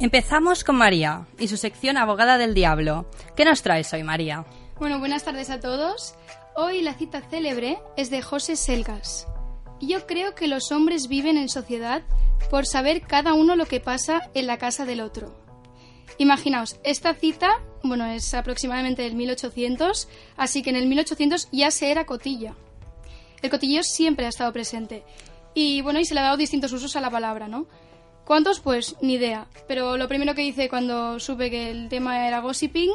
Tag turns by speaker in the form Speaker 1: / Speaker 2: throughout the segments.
Speaker 1: Empezamos con María y su sección Abogada del Diablo. ¿Qué nos traes hoy, María?
Speaker 2: Bueno, buenas tardes a todos. Hoy la cita célebre es de José Selgas. Yo creo que los hombres viven en sociedad por saber cada uno lo que pasa en la casa del otro. Imaginaos, esta cita, bueno, es aproximadamente del 1800, así que en el 1800 ya se era cotilla. El cotilleo siempre ha estado presente. Y bueno, y se le ha dado distintos usos a la palabra, ¿no? ¿Cuántos? Pues ni idea. Pero lo primero que hice cuando supe que el tema era gossiping,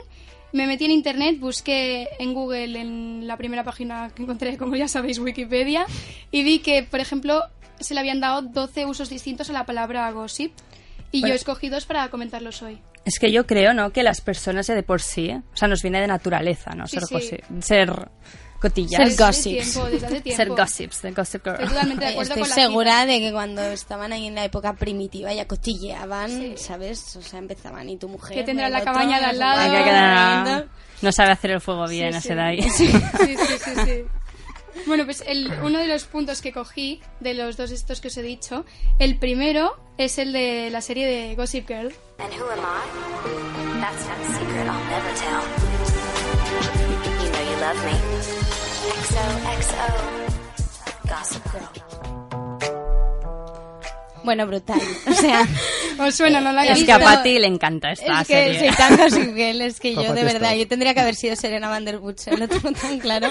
Speaker 2: me metí en internet, busqué en Google en la primera página que encontré, como ya sabéis, Wikipedia, y vi que, por ejemplo, se le habían dado 12 usos distintos a la palabra gossip. Y
Speaker 1: Bueno.
Speaker 2: yo escogí dos para comentarlos hoy.
Speaker 1: Es que yo creo, ¿no? Que las personas ya de por sí, ¿eh? o sea, nos viene de naturaleza, ¿no?
Speaker 2: Sí,
Speaker 1: ser,
Speaker 2: sí.
Speaker 1: gossip- ser cotillas.
Speaker 3: Ser
Speaker 2: Desde hace
Speaker 3: gossips.
Speaker 2: tiempo, desde hace tiempo.
Speaker 1: Ser gossips, ser gossip girl.
Speaker 2: Estoy totalmente de acuerdo
Speaker 3: Eh, Estoy
Speaker 2: con la
Speaker 3: segura
Speaker 2: cita.
Speaker 3: de que cuando estaban ahí en la época primitiva ya cotilleaban,
Speaker 2: Sí.
Speaker 3: ¿sabes? O sea, empezaban y tu mujer.
Speaker 2: Que tendrá
Speaker 3: el
Speaker 2: la
Speaker 3: otro,
Speaker 2: cabaña de al
Speaker 3: no sé
Speaker 2: lado.
Speaker 3: cuál,
Speaker 1: Hay que quedar-
Speaker 3: no.
Speaker 1: No sabe hacer el fuego bien,
Speaker 2: Sí,
Speaker 1: a
Speaker 2: sí.
Speaker 1: esa edad ahí.
Speaker 2: Sí, sí, sí, sí. Bueno, pues el, uno de los puntos que cogí, de los dos estos que os he dicho, el primero es el de la serie de Gossip Girl.
Speaker 4: And who am I? That's not a secret I'll never tell. You know you love me. XOXO. Gossip Girl.
Speaker 3: Bueno, brutal. O sea,
Speaker 2: ¿Os suena? No la habéis
Speaker 1: Es que
Speaker 2: visto?
Speaker 1: a Patty le encanta esta
Speaker 3: es que
Speaker 1: serie.
Speaker 3: soy tan gossip girl, es que yo de verdad, yo tendría que haber sido Serena Vanderwood, lo tengo tan claro.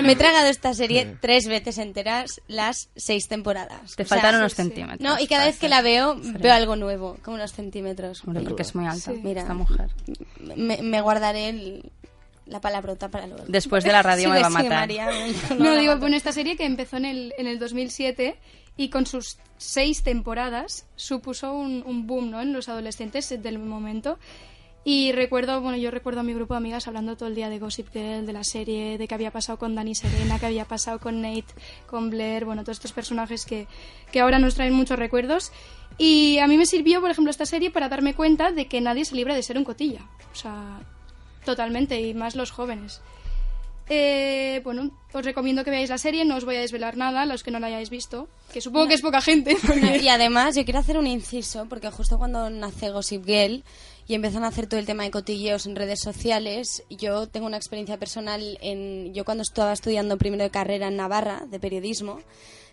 Speaker 3: Me he tragado esta serie tres veces enteras las seis temporadas.
Speaker 1: Te
Speaker 3: O sea,
Speaker 1: faltaron unos
Speaker 2: sí.
Speaker 1: centímetros.
Speaker 3: No, y cada vez que la veo, veo algo nuevo, como unos centímetros.
Speaker 1: Hombre, porque es muy alta
Speaker 2: Sí.
Speaker 3: Mira.
Speaker 1: esta mujer.
Speaker 3: Me, me guardaré el- la palabrota para luego.
Speaker 1: Después de la radio me
Speaker 3: Sigue,
Speaker 1: va a
Speaker 3: sigue,
Speaker 1: matar.
Speaker 3: María, no,
Speaker 2: No,
Speaker 3: la
Speaker 2: digo,
Speaker 3: mato.
Speaker 2: bueno, esta serie que empezó en el, en el 2007 y con sus seis temporadas supuso un, un boom, ¿no? En los adolescentes del momento. Y recuerdo, bueno, yo recuerdo a mi grupo de amigas hablando todo el día de Gossip Girl, de la serie, de qué había pasado con Dani Serena, qué había pasado con Nate, con Blair, bueno, todos estos personajes que, que ahora nos traen muchos recuerdos. Y a mí me sirvió, por ejemplo, esta serie para darme cuenta de que nadie se libra de ser un cotilla. O sea, totalmente, y más los jóvenes. Eh, bueno, os recomiendo que veáis la serie, no os voy a desvelar nada, los que no la hayáis visto, que supongo que es poca gente. porque-
Speaker 3: Y además, yo quiero hacer un inciso, porque justo cuando nace Gossip Girl y empiezan a hacer todo el tema de cotilleos en redes sociales, yo tengo una experiencia personal. en Yo, cuando estaba estudiando primero de carrera en Navarra, de periodismo,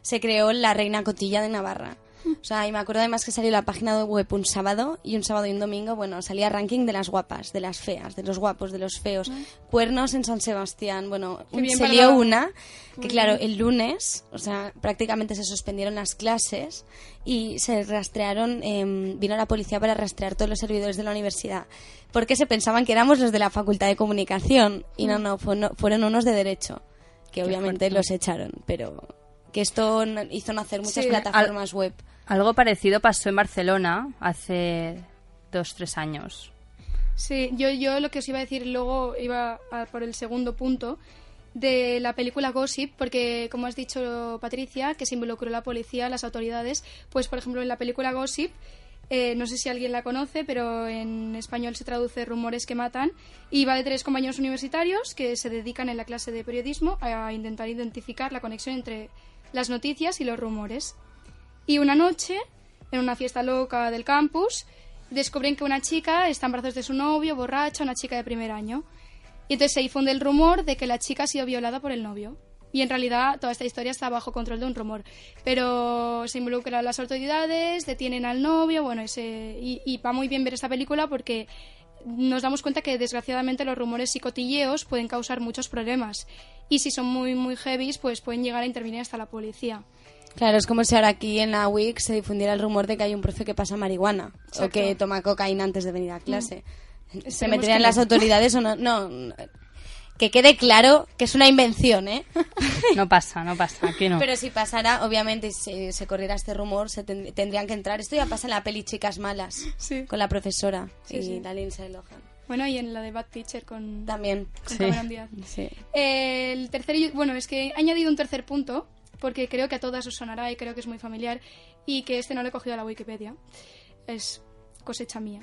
Speaker 3: se creó la Reina Cotilla de Navarra. O sea, y me acuerdo además que salió la página de web un sábado y un sábado y un domingo, bueno, salía ranking de las guapas, de las feas, de los guapos, de los feos. Cuernos en San Sebastián, bueno,
Speaker 2: Ah. Qué
Speaker 3: un-
Speaker 2: bien
Speaker 3: se
Speaker 2: para
Speaker 3: lió
Speaker 2: la-
Speaker 3: una, que claro, el lunes, o sea, prácticamente se suspendieron las clases y se rastrearon, em, vino la policía para rastrear todos los servidores de la universidad, porque se pensaban que éramos los de la Facultad de Comunicación y no, no, fue- no, fueron unos de Derecho, que obviamente los echaron, pero que esto n- hizo nacer muchas
Speaker 2: Sí, al-
Speaker 3: plataformas web.
Speaker 1: Algo parecido pasó en Barcelona hace dos, tres años.
Speaker 2: Sí, yo, yo lo que os iba a decir luego iba a por el segundo punto de la película Gossip, porque como has dicho Patricia, que se involucró la policía, las autoridades, pues por ejemplo en la película Gossip, eh, no sé si alguien la conoce, pero en español se traduce Rumores que matan, y va de tres compañeros universitarios que se dedican en la clase de periodismo a intentar identificar la conexión entre las noticias y los rumores. Y una noche, en una fiesta loca del campus, descubren que una chica está en brazos de su novio, borracha, una chica de primer año. Y entonces se difunde el rumor de que la chica ha sido violada por el novio. Y en realidad toda esta historia está bajo control de un rumor. Pero se involucran las autoridades, detienen al novio, bueno, ese, y, y va muy bien ver esta película porque nos damos cuenta que desgraciadamente los rumores y cotilleos pueden causar muchos problemas. Y si son muy, muy heavies, pues pueden llegar a intervenir hasta la policía.
Speaker 3: Claro, es como si ahora aquí en la WIC se difundiera el rumor de que hay un profe que pasa marihuana o
Speaker 2: Exacto.
Speaker 3: que toma cocaína antes de venir a clase. ¿Se
Speaker 2: Esperemos
Speaker 3: meterían
Speaker 2: que
Speaker 3: las
Speaker 2: no.
Speaker 3: autoridades o no? No. no. Que quede claro que es una invención, ¿eh?
Speaker 1: No pasa, no pasa, aquí no.
Speaker 3: Pero si pasara, obviamente, si se corriera este rumor, se ten- tendrían que entrar. Esto ya pasa en la peli Chicas Malas,
Speaker 2: Sí.
Speaker 3: con la profesora
Speaker 2: Sí,
Speaker 3: y
Speaker 2: sí.
Speaker 3: la Lindsay Lohan.
Speaker 2: Bueno, y en la de Bad Teacher con,
Speaker 3: También.
Speaker 2: con
Speaker 1: Sí.
Speaker 2: Cameron Díaz.
Speaker 3: Sí.
Speaker 2: El tercer, y- bueno, es que he añadido un tercer punto, porque creo que a todas os sonará y creo que es muy familiar, y que este no lo he cogido a la Wikipedia. Es cosecha mía.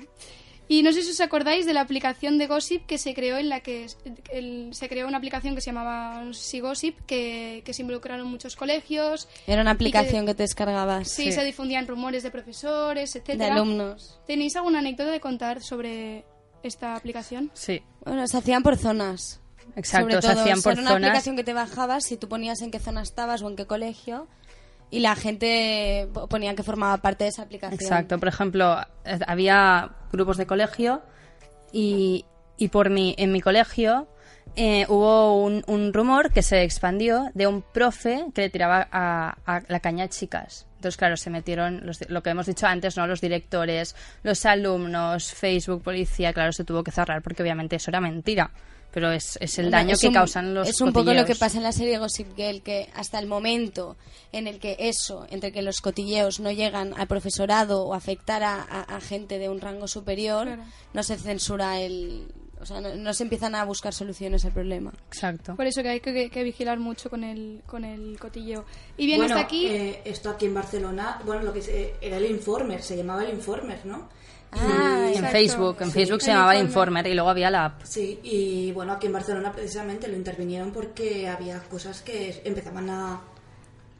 Speaker 2: Y no sé si os acordáis de la aplicación de Gossip que se creó en la que el- se creó una aplicación que se llamaba Si Gossip, que, que se involucraron muchos colegios.
Speaker 3: Era una
Speaker 2: y que-
Speaker 3: aplicación que, te descargabas
Speaker 2: sí, se difundían rumores de profesores, etc.
Speaker 3: de alumnos.
Speaker 2: ¿Tenéis alguna anécdota de contar sobre esta aplicación?
Speaker 1: Sí,
Speaker 3: Bueno, se hacían por zonas.
Speaker 1: exacto,
Speaker 3: Sobre
Speaker 1: se
Speaker 3: todo,
Speaker 1: hacían
Speaker 3: o sea,
Speaker 1: por
Speaker 3: era una
Speaker 1: zonas.
Speaker 3: aplicación que te bajabas y tú ponías en qué zona estabas o en qué colegio y la gente po- ponía que formaba parte de esa aplicación.
Speaker 1: Exacto, por ejemplo, eh, había grupos de colegio y, y por mi, en mi colegio eh, hubo un, un rumor que se expandió de un profe que le tiraba a, a la caña a chicas. Entonces, claro, se metieron los di- lo que hemos dicho antes, ¿no? Los directores, los alumnos, Facebook, policía, claro, se tuvo que cerrar porque obviamente eso era mentira. Pero es, es el
Speaker 3: Bueno,
Speaker 1: daño
Speaker 3: es
Speaker 1: que
Speaker 3: un-
Speaker 1: causan los
Speaker 3: Es un poco lo
Speaker 1: cotilleos.
Speaker 3: que pasa en la serie Gossip Girl, que hasta el momento en el que eso, entre que los cotilleos no llegan al profesorado o afectar a, a- a gente de un rango superior,
Speaker 2: Claro.
Speaker 3: no se censura el... O sea, no, no se empiezan a buscar soluciones al problema.
Speaker 1: Exacto.
Speaker 2: Por eso que hay que, que- que vigilar mucho con el, con el cotilleo. Y bien,
Speaker 5: bueno,
Speaker 2: hasta aquí.
Speaker 5: eh, esto aquí en Barcelona, bueno, lo que se- era el Informer, se llamaba el Informer, ¿no? Y-
Speaker 3: Ah,
Speaker 1: En
Speaker 2: Exacto.
Speaker 1: Facebook, en
Speaker 2: Sí.
Speaker 1: Facebook se
Speaker 2: El
Speaker 1: llamaba
Speaker 2: informe.
Speaker 1: Informer y luego había la app.
Speaker 5: Sí, y bueno, aquí en Barcelona precisamente lo intervinieron porque había cosas que empezaban a,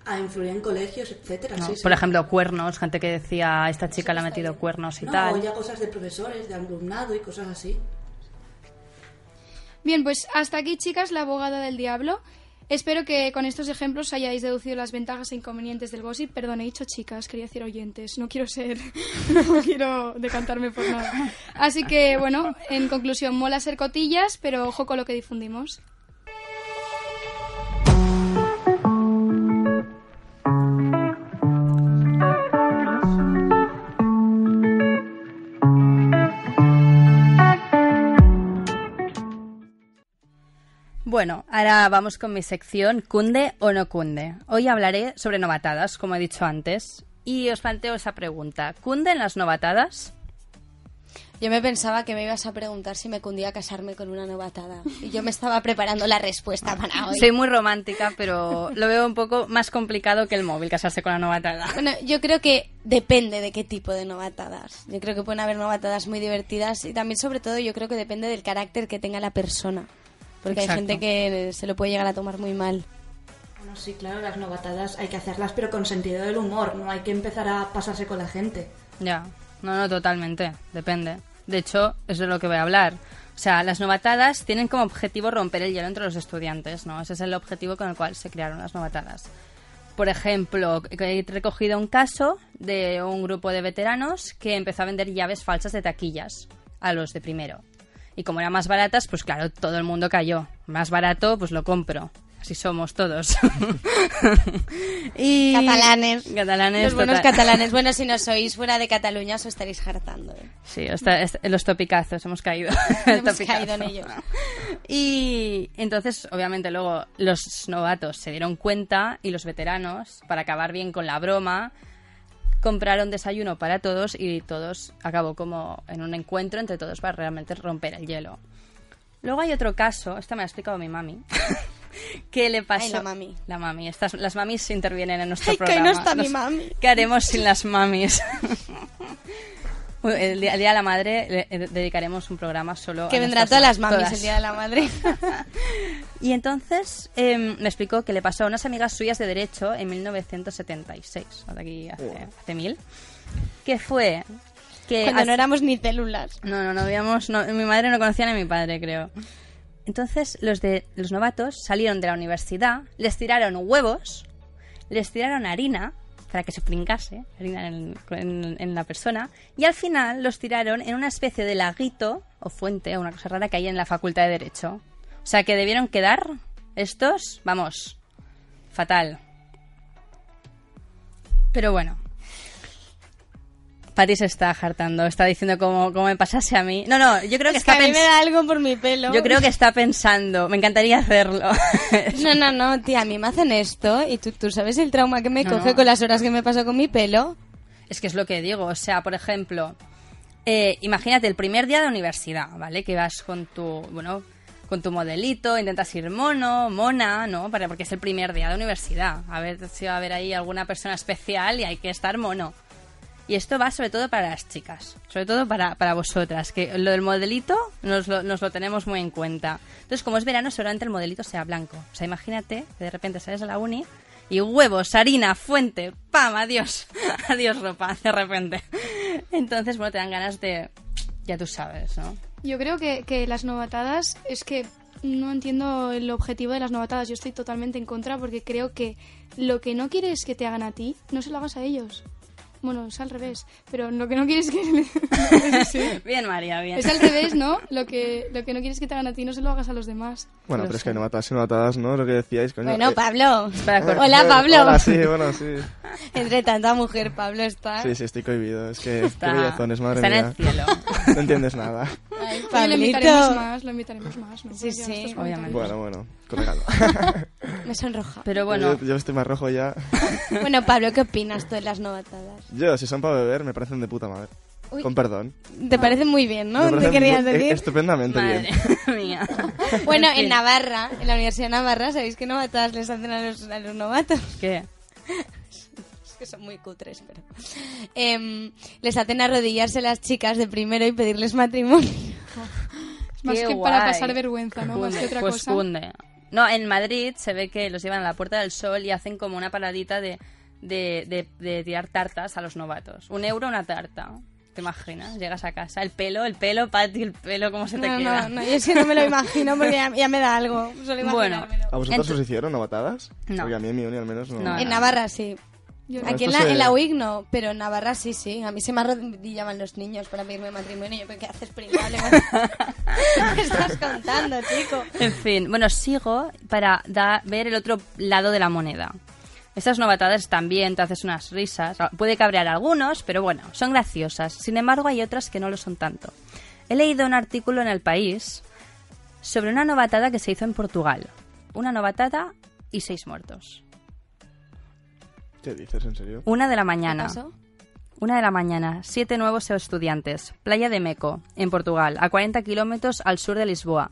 Speaker 5: a influir en colegios, etcétera.
Speaker 1: ¿no?
Speaker 5: Ah, sí, sí.
Speaker 1: Por ejemplo, cuernos, gente que decía, esta chica le ha metido cuernos y
Speaker 5: No,
Speaker 1: tal.
Speaker 5: o ya cosas de profesores, de alumnado y cosas así.
Speaker 2: Bien, pues hasta aquí, chicas, la abogada del diablo. Espero que con estos ejemplos hayáis deducido las ventajas e inconvenientes del gossip. Perdón, he dicho chicas, quería decir oyentes. No quiero ser. No quiero decantarme por nada. Así que, bueno, en conclusión, mola ser cotillas, pero ojo con lo que difundimos.
Speaker 1: Bueno, ahora vamos con mi sección cunde o no cunde. Hoy hablaré sobre novatadas, como he dicho antes, y os planteo esa pregunta. ¿Cunden las novatadas?
Speaker 3: Yo me pensaba que me ibas a preguntar si me cundía casarme con una novatada. Y yo me estaba preparando la respuesta para hoy.
Speaker 1: Soy muy romántica, pero lo veo un poco más complicado que el móvil casarse con la novatada.
Speaker 3: Bueno, yo creo que depende de qué tipo de novatadas. Yo creo que pueden haber novatadas muy divertidas y también, sobre todo, yo creo que depende del carácter que tenga la persona. Porque hay
Speaker 1: Exacto.
Speaker 3: gente que se lo puede llegar a tomar muy mal.
Speaker 5: Bueno, sí, claro, las novatadas hay que hacerlas, pero con sentido del humor, no hay que empezar a pasarse con la gente.
Speaker 1: Ya, no, no, totalmente, depende. De hecho, es de lo que voy a hablar. O sea, las novatadas tienen como objetivo romper el hielo entre los estudiantes, ¿no? Ese es el objetivo con el cual se crearon las novatadas. Por ejemplo, he recogido un caso de un grupo de veteranos que empezó a vender llaves falsas de taquillas a los de primero. Y como eran más baratas, pues claro, todo el mundo cayó. Más barato, pues lo compro. Así somos todos. y...
Speaker 3: Catalanes.
Speaker 1: Catalanes.
Speaker 3: Los buenos
Speaker 1: total.
Speaker 3: catalanes. Bueno, si no sois fuera de Cataluña os estaréis hartando. ¿eh?
Speaker 1: Sí, está- está- los topicazos, hemos caído. El
Speaker 3: Hemos caído en
Speaker 1: topicazo.
Speaker 3: ellos.
Speaker 1: Y entonces, obviamente, luego los novatos se dieron cuenta y los veteranos, para acabar bien con la broma, compraron desayuno para todos y todos acabó como en un encuentro entre todos para realmente romper el hielo. Luego hay otro caso, esto me lo ha explicado mi mami, que le pasó...
Speaker 3: Ay, la mami.
Speaker 1: La mami. Estas, las mamis intervienen en nuestro
Speaker 3: Ay, que hoy
Speaker 1: programa.
Speaker 3: no está mi
Speaker 1: Nos-
Speaker 3: mami.
Speaker 1: ¿Qué haremos sin las mamis? El día, el Día de la Madre le- eh, dedicaremos un programa solo
Speaker 3: Que
Speaker 1: a
Speaker 3: vendrá
Speaker 1: nuestras
Speaker 3: todas las
Speaker 1: mam-
Speaker 3: mamis
Speaker 1: todas.
Speaker 3: el día de la madre.
Speaker 1: Y entonces em, me explicó que le pasó a unas amigas suyas de derecho en 1976, o de aquí hace, hace mil, que fue que
Speaker 3: Cuando
Speaker 1: as-
Speaker 3: no éramos ni células.
Speaker 1: no, no, no habíamos. no, mi madre no conocía ni a mi padre, creo. Entonces, los de los novatos salieron de la universidad, les tiraron huevos, les tiraron harina para que se pringase, harina en, en- en la persona, y al final los tiraron en una especie de laguito o fuente o una cosa rara que hay en la Facultad de Derecho. O sea que debieron quedar estos, vamos, fatal. Pero bueno, Patty se está hartando, está diciendo como, como me pasase a mí. No, no, yo creo que
Speaker 3: Es que
Speaker 1: está
Speaker 3: a mí me
Speaker 1: pensando.
Speaker 3: da algo por mi pelo.
Speaker 1: Yo creo que está pensando, me encantaría hacerlo.
Speaker 3: No, no, no, tía, a mí me hacen esto y tú, tú sabes el trauma que me
Speaker 1: No,
Speaker 3: coge
Speaker 1: no.
Speaker 3: con las horas que me paso con mi pelo.
Speaker 1: es que es lo que digo, o sea, por ejemplo, eh, imagínate el primer día de universidad, ¿vale? Que vas con tu, bueno, con tu modelito, intentas ir mono, mona, ¿no? Para, porque es el primer día de universidad. A ver si va a haber ahí alguna persona especial y hay que estar mono. Y esto va sobre todo para las chicas, sobre todo para, para vosotras, que lo del modelito nos lo, nos lo tenemos muy en cuenta. Entonces, como es verano, seguramente el modelito sea blanco. O sea, imagínate que de repente sales a la uni y huevos, harina, fuente, pam, adiós, adiós ropa, de repente. Entonces, bueno, te dan ganas de, ya tú sabes, ¿no?
Speaker 2: Yo creo que, que las novatadas es que no entiendo el objetivo de las novatadas. Yo estoy totalmente en contra porque creo que lo que no quieres que te hagan a ti, no se lo hagas a ellos. Bueno, es al revés, pero lo que no quieres que...
Speaker 1: Bien, María, bien.
Speaker 2: es al revés, ¿no? Lo que, lo que no quieres que te hagan a ti, no se lo hagas a los demás.
Speaker 6: Bueno, pero es que no matadas y no matadas, ¿no? Lo que decíais, coño.
Speaker 3: Bueno,
Speaker 6: Eh,
Speaker 3: Pablo.
Speaker 1: Para-
Speaker 3: Hola, Pablo.
Speaker 6: Hola, sí, bueno, sí.
Speaker 3: Entre tanta mujer, Pablo está.
Speaker 6: Sí, sí, estoy cohibido. Es que
Speaker 1: Está-
Speaker 6: qué bellazones, madre
Speaker 1: está
Speaker 6: mía.
Speaker 1: en el cielo.
Speaker 6: No entiendes nada.
Speaker 3: Ay,
Speaker 2: Oye, lo
Speaker 3: Pablito.
Speaker 2: invitaremos más, lo invitaremos más. ¿no?
Speaker 3: Sí,
Speaker 2: Porque ya
Speaker 3: sí,
Speaker 2: estos son
Speaker 1: obviamente.
Speaker 2: tan-
Speaker 6: Bueno, bueno, con regalo.
Speaker 3: Me sonroja.
Speaker 1: Pero bueno,
Speaker 6: Yo, yo estoy más rojo ya.
Speaker 1: Eh,
Speaker 3: Bueno, Pablo, ¿qué opinas tú de las novatadas?
Speaker 6: Yo, si son para beber, me parecen de puta madre.
Speaker 3: Uy.
Speaker 6: Con perdón.
Speaker 2: Ah.
Speaker 3: ¿Te parece muy bien,
Speaker 6: Me
Speaker 3: no? ¿Te
Speaker 6: parecen
Speaker 3: querías
Speaker 6: mu- eh,
Speaker 3: decir?
Speaker 6: Estupendamente
Speaker 1: madre
Speaker 6: bien.
Speaker 1: mía.
Speaker 3: Bueno,
Speaker 1: En fin.
Speaker 3: en Navarra, en la Universidad de Navarra, ¿sabéis que novatadas les hacen a los, a los novatos?
Speaker 1: ¿Qué?
Speaker 3: Es que son muy cutres, pero... Em, les hacen arrodillarse las chicas de primero y pedirles matrimonio.
Speaker 2: Más
Speaker 1: Qué
Speaker 2: que para
Speaker 1: guay.
Speaker 2: pasar vergüenza, ¿no? Más
Speaker 1: Cunde,
Speaker 2: que otra
Speaker 1: pues
Speaker 2: cosa.
Speaker 1: cunde. No, en Madrid se ve que los llevan a la Puerta del Sol y hacen como una paradita de, de, de- de tirar tartas a los novatos. Un euro, una tarta. ¿Te imaginas? Llegas a casa. El pelo, el pelo, Pati, el pelo, ¿cómo se te
Speaker 3: No,
Speaker 1: queda?
Speaker 3: no, no, yo es que no me lo imagino porque ya, ya me da algo. Solo
Speaker 1: Bueno.
Speaker 3: imaginármelo.
Speaker 6: ¿A vosotros
Speaker 1: Ento-
Speaker 6: os hicieron novatadas?
Speaker 1: No.
Speaker 6: Porque a mí en mi uni al menos no.
Speaker 1: No,
Speaker 3: En Navarra sí.
Speaker 2: Yo-
Speaker 6: Bueno,
Speaker 3: Aquí en
Speaker 6: esto
Speaker 3: la,
Speaker 6: se-
Speaker 3: en la UIC no, pero en Navarra sí, sí. A mí se me arrodillaban los niños para pedirme matrimonio. Y yo, ¿pero qué haces, pringable? ¿Qué estás contando, chico?
Speaker 1: En fin, bueno, sigo para da- ver el otro lado de la moneda. Estas novatadas también te haces unas risas. Ah, Puede cabrear a algunos, pero bueno, son graciosas. Sin embargo, hay otras que no lo son tanto. He leído un artículo en El País sobre una novatada que se hizo en Portugal. Una novatada y seis muertos.
Speaker 6: ¿Qué dices, en serio?
Speaker 1: Una de la
Speaker 3: ¿Qué
Speaker 1: mañana.
Speaker 3: pasó?
Speaker 1: Una de la mañana, siete nuevos estudiantes, Playa de Meco, en Portugal, a 40 kilómetros al sur de Lisboa.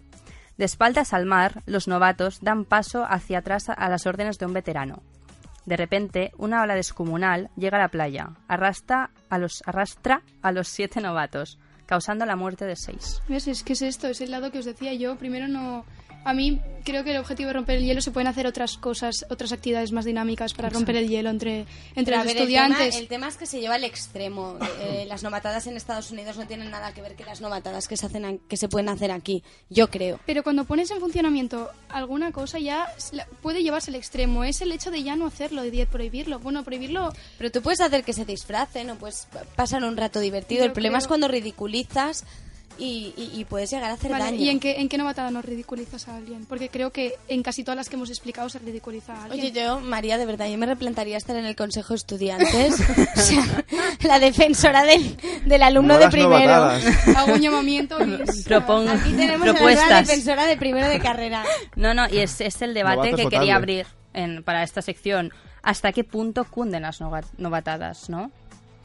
Speaker 1: De espaldas al mar, los novatos dan paso hacia atrás a las órdenes de un veterano. De repente, una ola descomunal llega a la playa, arrastra a los, arrastra a los siete novatos, causando la muerte de seis.
Speaker 2: ¿Ves? Es que es esto, es el lado que os decía yo. Primero no, A mí creo que el objetivo de romper el hielo se pueden hacer otras cosas, otras actividades más dinámicas para romper el hielo entre, entre
Speaker 3: Pero, a
Speaker 2: los
Speaker 3: ver, el tema-
Speaker 2: estudiantes.
Speaker 3: El tema, es que se lleva al extremo. Eh, las nomatadas en Estados Unidos no tienen nada que ver que las nomatadas que se, hacen a- que se pueden hacer aquí, yo creo.
Speaker 2: Pero cuando pones en funcionamiento alguna cosa ya s- la- puede llevarse al extremo. Es el hecho de ya no hacerlo, de prohibirlo. Bueno, prohibirlo
Speaker 3: Pero tú puedes hacer que se disfracen o puedes pa- pasar un rato divertido.
Speaker 2: Yo
Speaker 3: el problema
Speaker 2: creo-
Speaker 3: es cuando ridiculizas y, y- y puedes llegar a hacer
Speaker 2: Vale,
Speaker 3: daño.
Speaker 2: ¿Y en qué, en qué novatada nos ridiculizas a alguien? Porque creo que en casi todas las que hemos explicado se ridiculiza a alguien.
Speaker 3: Oye, yo, María, de verdad, yo me replantaría estar en el Consejo de Estudiantes. o sea, la defensora del, del alumno
Speaker 6: No
Speaker 3: de
Speaker 6: las
Speaker 3: primero.
Speaker 6: novatadas.
Speaker 2: Hago un llamamiento. y-
Speaker 1: Propongo
Speaker 3: Aquí tenemos a la
Speaker 1: propuestas.
Speaker 3: defensora de primero de carrera.
Speaker 1: No, no, y es, es el debate
Speaker 6: Novatos
Speaker 1: que
Speaker 6: notables.
Speaker 1: quería abrir en- para esta sección. ¿Hasta qué punto cunden las nova- novatadas, no?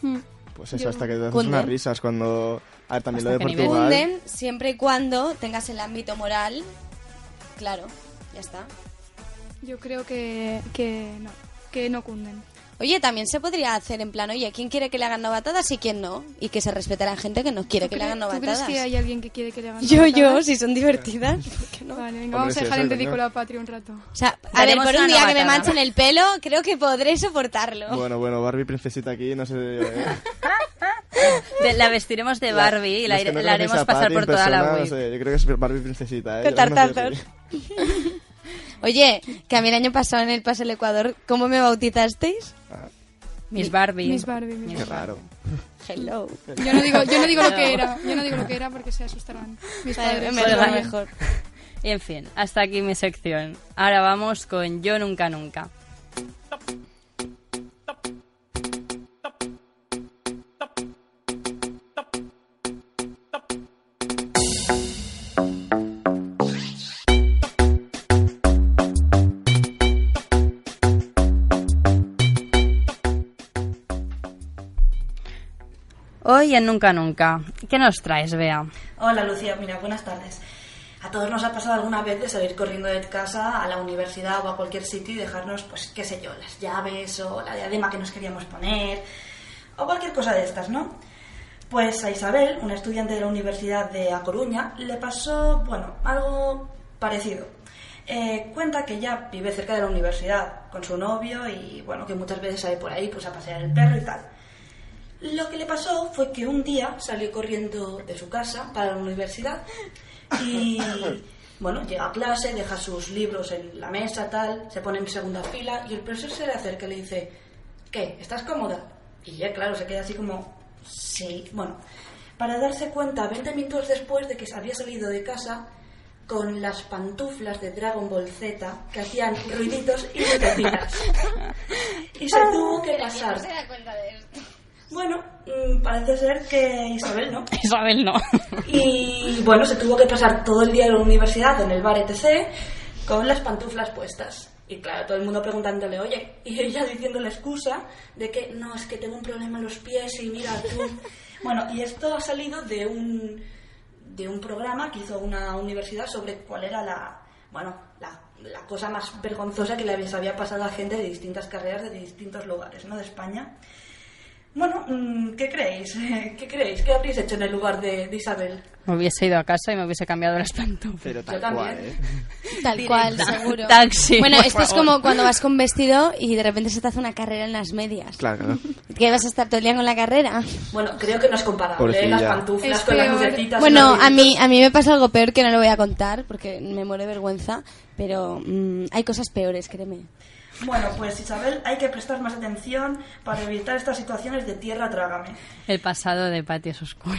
Speaker 2: Mm.
Speaker 6: Pues eso,
Speaker 2: Yo-
Speaker 6: hasta que te haces
Speaker 3: Cunden.
Speaker 6: unas risas cuando... A ver, también lo de
Speaker 1: ¿Hasta qué nivel?
Speaker 6: Portugal.
Speaker 3: Hunden siempre y cuando tengas el ámbito moral. Claro, ya está.
Speaker 2: Yo creo que, que no, que no cunden.
Speaker 3: Oye, también se podría hacer en plan, oye, ¿quién quiere que le hagan novatadas y quién no? Y que se respetará gente que no quiere que le hagan
Speaker 2: ¿Tú crees
Speaker 3: novatadas.
Speaker 2: que hay alguien que quiere que le hagan
Speaker 3: Yo, yo,
Speaker 2: novatadas?
Speaker 3: si son divertidas, ¿por qué no?
Speaker 2: Vale, venga,
Speaker 6: Hombre,
Speaker 2: vamos a
Speaker 6: sí,
Speaker 2: dejar
Speaker 6: eso
Speaker 2: en
Speaker 6: es,
Speaker 2: ridículo
Speaker 6: ¿no?
Speaker 2: a Patri un rato.
Speaker 3: O sea, a ver,
Speaker 1: Haremos
Speaker 3: por un
Speaker 1: una
Speaker 3: día que me
Speaker 1: novatada.
Speaker 3: manchen el pelo, creo que podré soportarlo.
Speaker 6: Bueno, bueno, Barbie princesita aquí, no sé... eh,
Speaker 1: De- la vestiremos de Barbie y la,
Speaker 6: los que
Speaker 1: ire-
Speaker 6: no
Speaker 1: la
Speaker 6: conocéis
Speaker 1: haremos
Speaker 6: a
Speaker 1: pasar
Speaker 6: Patty
Speaker 1: por
Speaker 6: en
Speaker 1: toda la
Speaker 6: persona,
Speaker 1: web.
Speaker 6: no sé, yo creo que es Barbie princesita, ¿eh?
Speaker 3: Con
Speaker 6: Yo no sé
Speaker 3: tartazos.
Speaker 6: si-
Speaker 3: Oye, que a mí el año pasado en el Paso del Ecuador, ¿cómo me bautizasteis?
Speaker 6: Ah,
Speaker 1: Miss Barbie.
Speaker 2: Miss Barbie, Miss
Speaker 6: Qué raro.
Speaker 3: Hello.
Speaker 2: Yo no digo, yo no digo lo que era, yo no digo lo que era porque se asustarán mis
Speaker 3: Vale,
Speaker 2: padres.
Speaker 3: me lo
Speaker 1: Oiga.
Speaker 3: mejor.
Speaker 1: En fin, hasta aquí mi sección. Ahora vamos con Yo Nunca Nunca. Hoy en Nunca Nunca, ¿qué nos traes, Bea?
Speaker 7: Hola Lucía, mira, buenas tardes. A todos nos ha pasado alguna vez de salir corriendo de casa a la universidad o a cualquier sitio y dejarnos, pues qué sé yo, las llaves o la diadema que nos queríamos poner o cualquier cosa de estas, ¿no? Pues a Isabel, una estudiante de la Universidad de A Coruña, le pasó, bueno, algo parecido. Eh, cuenta que ya vive cerca de la universidad con su novio y, bueno, que muchas veces sale por ahí pues a pasear el perro y tal. Lo que le pasó fue que un día salió corriendo de su casa para la universidad y, bueno, llega a clase, deja sus libros en la mesa, tal, se pone en segunda fila y el profesor se le acerca y le dice, ¿qué? ¿Estás cómoda? Y ya, claro, se queda así como, sí, bueno, para darse cuenta 20 minutos después de que se había salido de casa con las pantuflas de Dragon Ball Z que hacían ruiditos y lucecitas. y se tuvo que pasar bueno, mm, parece ser que Isabel no.
Speaker 1: Isabel no.
Speaker 7: Y bueno, se tuvo que pasar todo el día en la universidad, en el bar etc., con las pantuflas puestas. Y claro, todo el mundo preguntándole, oye, y ella diciendo la excusa de que no, es que tengo un problema en los pies y mira tú. Bueno, y esto ha salido de un, de un programa que hizo una universidad sobre cuál era la, bueno, la, la cosa más vergonzosa que les había pasado a gente de distintas carreras, de distintos lugares, ¿no? De España. Bueno, mm, ¿qué creéis? ¿Qué creéis? ¿Qué habríais hecho en el lugar de, de Isabel?
Speaker 1: Me hubiese ido a casa y me hubiese cambiado las pantuflas.
Speaker 6: Pero
Speaker 7: Yo también.
Speaker 6: ¿eh?
Speaker 3: Tal cual, seguro.
Speaker 1: Taxi,
Speaker 3: Bueno,
Speaker 1: por
Speaker 3: esto es como cuando vas con vestido y de repente se te hace una carrera en las medias.
Speaker 6: Claro, claro.
Speaker 3: ¿Qué vas a estar todo el día con la carrera?
Speaker 7: Bueno, creo que no es comparable. ¿eh? Las
Speaker 6: Pobrecilla.
Speaker 7: pantuflas
Speaker 2: Es
Speaker 7: con las
Speaker 2: peor.
Speaker 7: lucecitas. y
Speaker 3: Bueno,
Speaker 7: los
Speaker 3: a mí, a mí me pasa algo peor que no lo voy a contar porque me muero de vergüenza, pero mm, hay cosas peores, créeme.
Speaker 7: deditos. Bueno, pues Isabel, hay que prestar más atención para evitar estas situaciones de tierra trágame.
Speaker 1: El pasado de Patty es oscuro.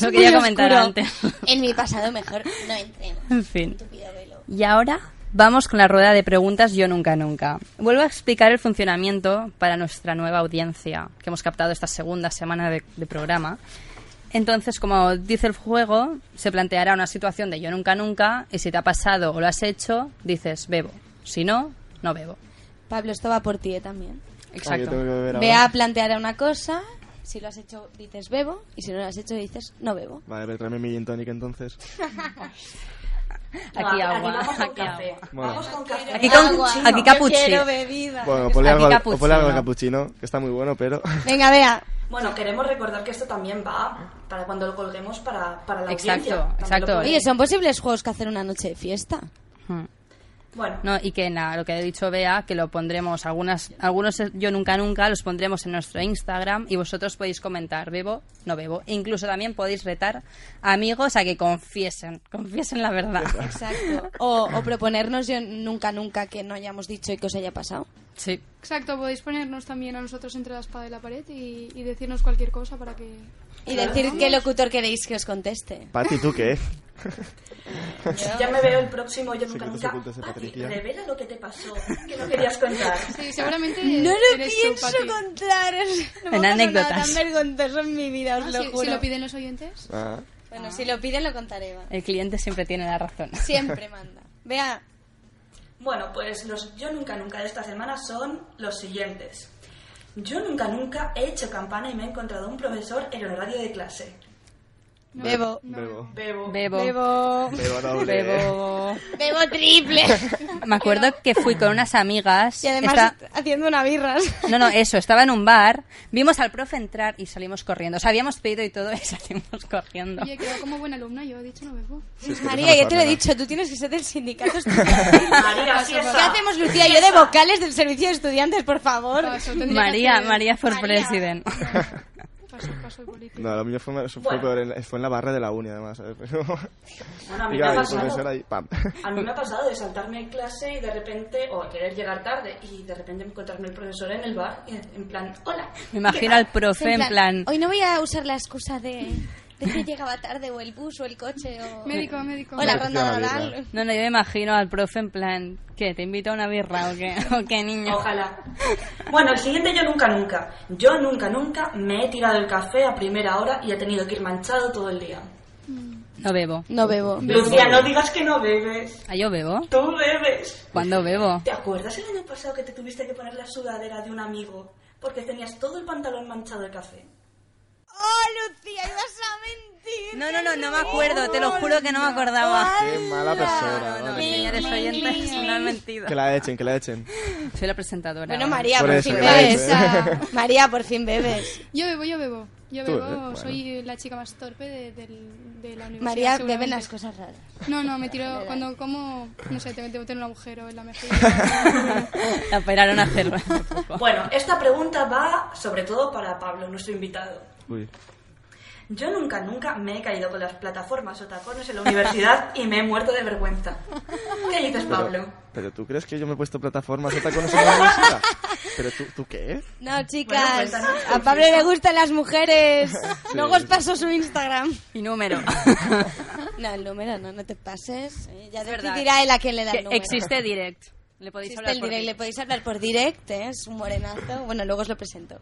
Speaker 1: Lo
Speaker 3: Muy
Speaker 1: quería comentar
Speaker 3: oscuro.
Speaker 1: antes.
Speaker 3: En mi pasado mejor no entremos.
Speaker 1: En fin.
Speaker 3: Estúpido velo.
Speaker 1: Y ahora vamos con la rueda de preguntas Yo Nunca Nunca. Vuelvo a explicar el funcionamiento para nuestra nueva audiencia que hemos captado esta segunda semana de, de programa. Entonces, como dice el juego, se planteará una situación de Yo Nunca Nunca y si te ha pasado o lo has hecho, dices bebo. Si no, no bebo.
Speaker 3: Pablo, esto va por ti eh, también.
Speaker 6: Ah, yo tengo que
Speaker 1: Exacto.
Speaker 6: beber
Speaker 3: Vea
Speaker 6: ahora.
Speaker 3: planteará una cosa, si lo has hecho dices bebo y si no lo has hecho dices no bebo.
Speaker 6: Vale, pero tráeme mi gin tonic entonces.
Speaker 1: Aquí
Speaker 7: No,
Speaker 1: agua,
Speaker 7: vamos con
Speaker 1: aquí
Speaker 7: café.
Speaker 1: agua.
Speaker 6: Bueno.
Speaker 7: Vamos con café.
Speaker 1: Aquí con-
Speaker 7: Agua.
Speaker 1: aquí
Speaker 7: No.
Speaker 1: con- capuchi.
Speaker 3: Yo quiero bebida.
Speaker 6: Bueno, ponle
Speaker 1: Aquí
Speaker 6: algo, al-
Speaker 1: capuchino.
Speaker 6: o ponle algo al capuchino, que está muy bueno, pero...
Speaker 3: Venga, vea.
Speaker 7: Bueno, queremos recordar que esto también va para cuando lo colguemos para, para la
Speaker 1: Exacto,
Speaker 7: audiencia. También
Speaker 1: exacto.
Speaker 7: lo podéis-
Speaker 3: Oye, son posibles juegos que hacer una noche de fiesta.
Speaker 1: Hmm.
Speaker 7: Bueno,
Speaker 1: No, y que nada, lo que ha dicho Bea, que lo pondremos, algunas, algunos eh, yo nunca nunca los pondremos en nuestro Instagram y vosotros podéis comentar, bebo, no bebo. E Incluso también podéis retar amigos a que confiesen, confiesen la verdad.
Speaker 3: Exacto. O, o proponernos yo nunca, nunca que no hayamos dicho y que os haya pasado.
Speaker 1: Sí,
Speaker 2: Exacto, podéis ponernos también a nosotros entre la espada y la pared y, y decirnos cualquier cosa para que...
Speaker 3: Y decir qué locutor queréis que os conteste.
Speaker 6: Pati, ¿tú qué?
Speaker 7: ya me veo el próximo Yo Nunca
Speaker 6: Secretos
Speaker 7: Nunca.
Speaker 6: ocultos de
Speaker 7: Pati,
Speaker 6: Patricia.
Speaker 7: revela lo que te pasó, que no querías contar.
Speaker 2: Sí, seguramente
Speaker 3: No lo
Speaker 2: eres tú,
Speaker 3: pienso
Speaker 2: Pati.
Speaker 3: contaros. No
Speaker 1: En
Speaker 3: me ha pasado
Speaker 1: anécdotas.
Speaker 3: nada tan vergonzoso en mi vida, os
Speaker 2: Ah,
Speaker 3: lo
Speaker 2: si-
Speaker 3: juro.
Speaker 2: si lo piden los oyentes.
Speaker 6: Ah,
Speaker 3: Bueno, si lo piden lo contaré, va.
Speaker 1: el cliente siempre tiene la razón.
Speaker 3: Siempre manda. Vea,
Speaker 7: Bueno, pues los yo nunca nunca de esta semana son los siguientes. Yo nunca nunca he hecho campana y me he encontrado un profesor en horario de clase.
Speaker 3: bebo.
Speaker 6: bebo.
Speaker 7: Bebo.
Speaker 1: Bebo.
Speaker 3: Bebo.
Speaker 6: Bebo doble.
Speaker 1: Bebo.
Speaker 3: Bebo triple.
Speaker 1: Me acuerdo que fui con unas amigas.
Speaker 3: Y además
Speaker 1: esta-
Speaker 3: haciendo una birra.
Speaker 1: No, no, eso, estaba en un bar, vimos al profe entrar y salimos corriendo. O sea, habíamos pedido y todo y salimos corriendo.
Speaker 2: Oye, quedó como buen alumna, yo he dicho no bebo.
Speaker 6: Sí, es que
Speaker 3: María,
Speaker 6: tú
Speaker 3: ya te lo he
Speaker 6: eres
Speaker 3: dicho, tú tienes que ser del sindicato
Speaker 7: María, sí,
Speaker 3: ¿Qué
Speaker 7: esa.
Speaker 3: hacemos, Lucía? Yo de vocales del servicio de estudiantes, por favor.
Speaker 2: Paso, tendría que
Speaker 1: María,
Speaker 2: hacer-
Speaker 1: María for
Speaker 3: María.
Speaker 1: president.
Speaker 2: Paso, paso de política.
Speaker 6: No, lo mío fue, fue peor, en- fue en la barra de la uni, además. ¿sabes? Pero...
Speaker 7: Bueno, a mí
Speaker 6: Y
Speaker 7: me ha
Speaker 6: claro, el
Speaker 7: pasado.
Speaker 6: profesor ahí, pam.
Speaker 7: A mí me ha pasado de saltarme en clase y de repente, o querer llegar tarde, y de repente encontrarme el profesor en el bar, y en plan, hola.
Speaker 1: Me imagino al profe en plan,
Speaker 3: Hoy no voy a usar la excusa de, de que llegaba tarde o el bus o el coche o,
Speaker 2: Médico, médico.
Speaker 3: o la
Speaker 6: Me
Speaker 3: ronda
Speaker 6: apetecía una
Speaker 3: laboral.
Speaker 1: no, no, yo me imagino al profe en plan, ¿qué? ¿Te invito a una birra o qué? ¿O qué niño?
Speaker 7: Ojalá. Bueno, el siguiente yo nunca nunca. Yo nunca nunca me he tirado el café a primera hora y he tenido que ir manchado todo el día.
Speaker 1: No bebo.
Speaker 3: No bebo.
Speaker 7: Lucía, no digas que no bebes.
Speaker 1: ¿Ah, yo bebo?
Speaker 7: Tú bebes.
Speaker 1: ¿Cuándo bebo?
Speaker 7: ¿Te acuerdas el año pasado que te tuviste que poner la sudadera de un amigo porque tenías todo el pantalón manchado de café?
Speaker 3: ¡Oh, Lucía, ibas a mentir!
Speaker 1: No, no, no, no me acuerdo, te lo juro que no me acordaba.
Speaker 6: Qué mala persona.
Speaker 1: No,
Speaker 6: madre mía.
Speaker 1: señores oyentes, no han mentido.
Speaker 6: Que la echen, que la echen.
Speaker 1: Soy la presentadora.
Speaker 3: Bueno,
Speaker 1: ahora.
Speaker 3: María,
Speaker 6: Por
Speaker 3: por,
Speaker 6: eso,
Speaker 3: fin bebes.
Speaker 6: gracias.
Speaker 3: María, por fin bebes.
Speaker 2: Yo bebo, yo bebo. Yo
Speaker 6: Tú
Speaker 2: bebo,
Speaker 6: bebes,
Speaker 2: soy la chica más torpe de, del- de la universidad.
Speaker 3: María, beben
Speaker 2: seguramente.
Speaker 3: las cosas raras.
Speaker 2: No, no, me tiro cuando como, no sé, te debo tener un agujero en la mejilla.
Speaker 1: La operaron a hacerlo hace poco.
Speaker 7: Bueno, esta pregunta va sobre todo para Pablo, nuestro invitado.
Speaker 6: Uy.
Speaker 7: Yo nunca, nunca me he caído con las plataformas o tacones en la universidad y me he muerto de vergüenza. ¿Qué dices, Pablo?
Speaker 6: Pero tú crees que yo me he puesto plataformas Z con esa música. Pero tú, ¿tú qué?
Speaker 3: No,
Speaker 2: pues
Speaker 3: chicas,
Speaker 7: Bueno, cuéntanos,
Speaker 3: a Pablo le gustan las mujeres. Luego os paso su Instagram.
Speaker 1: Y número.
Speaker 3: No, el número no, no te pases. Eh, Ya
Speaker 1: verdad.
Speaker 3: decidirá él a quién le da
Speaker 1: Que
Speaker 3: el número.
Speaker 1: existe direct. Le podéis
Speaker 3: Existe
Speaker 1: hablar
Speaker 3: el
Speaker 1: por
Speaker 3: direct, le
Speaker 1: direct.
Speaker 3: podéis hablar por direct, ¿eh? es un morenazo. Bueno, luego os lo presento.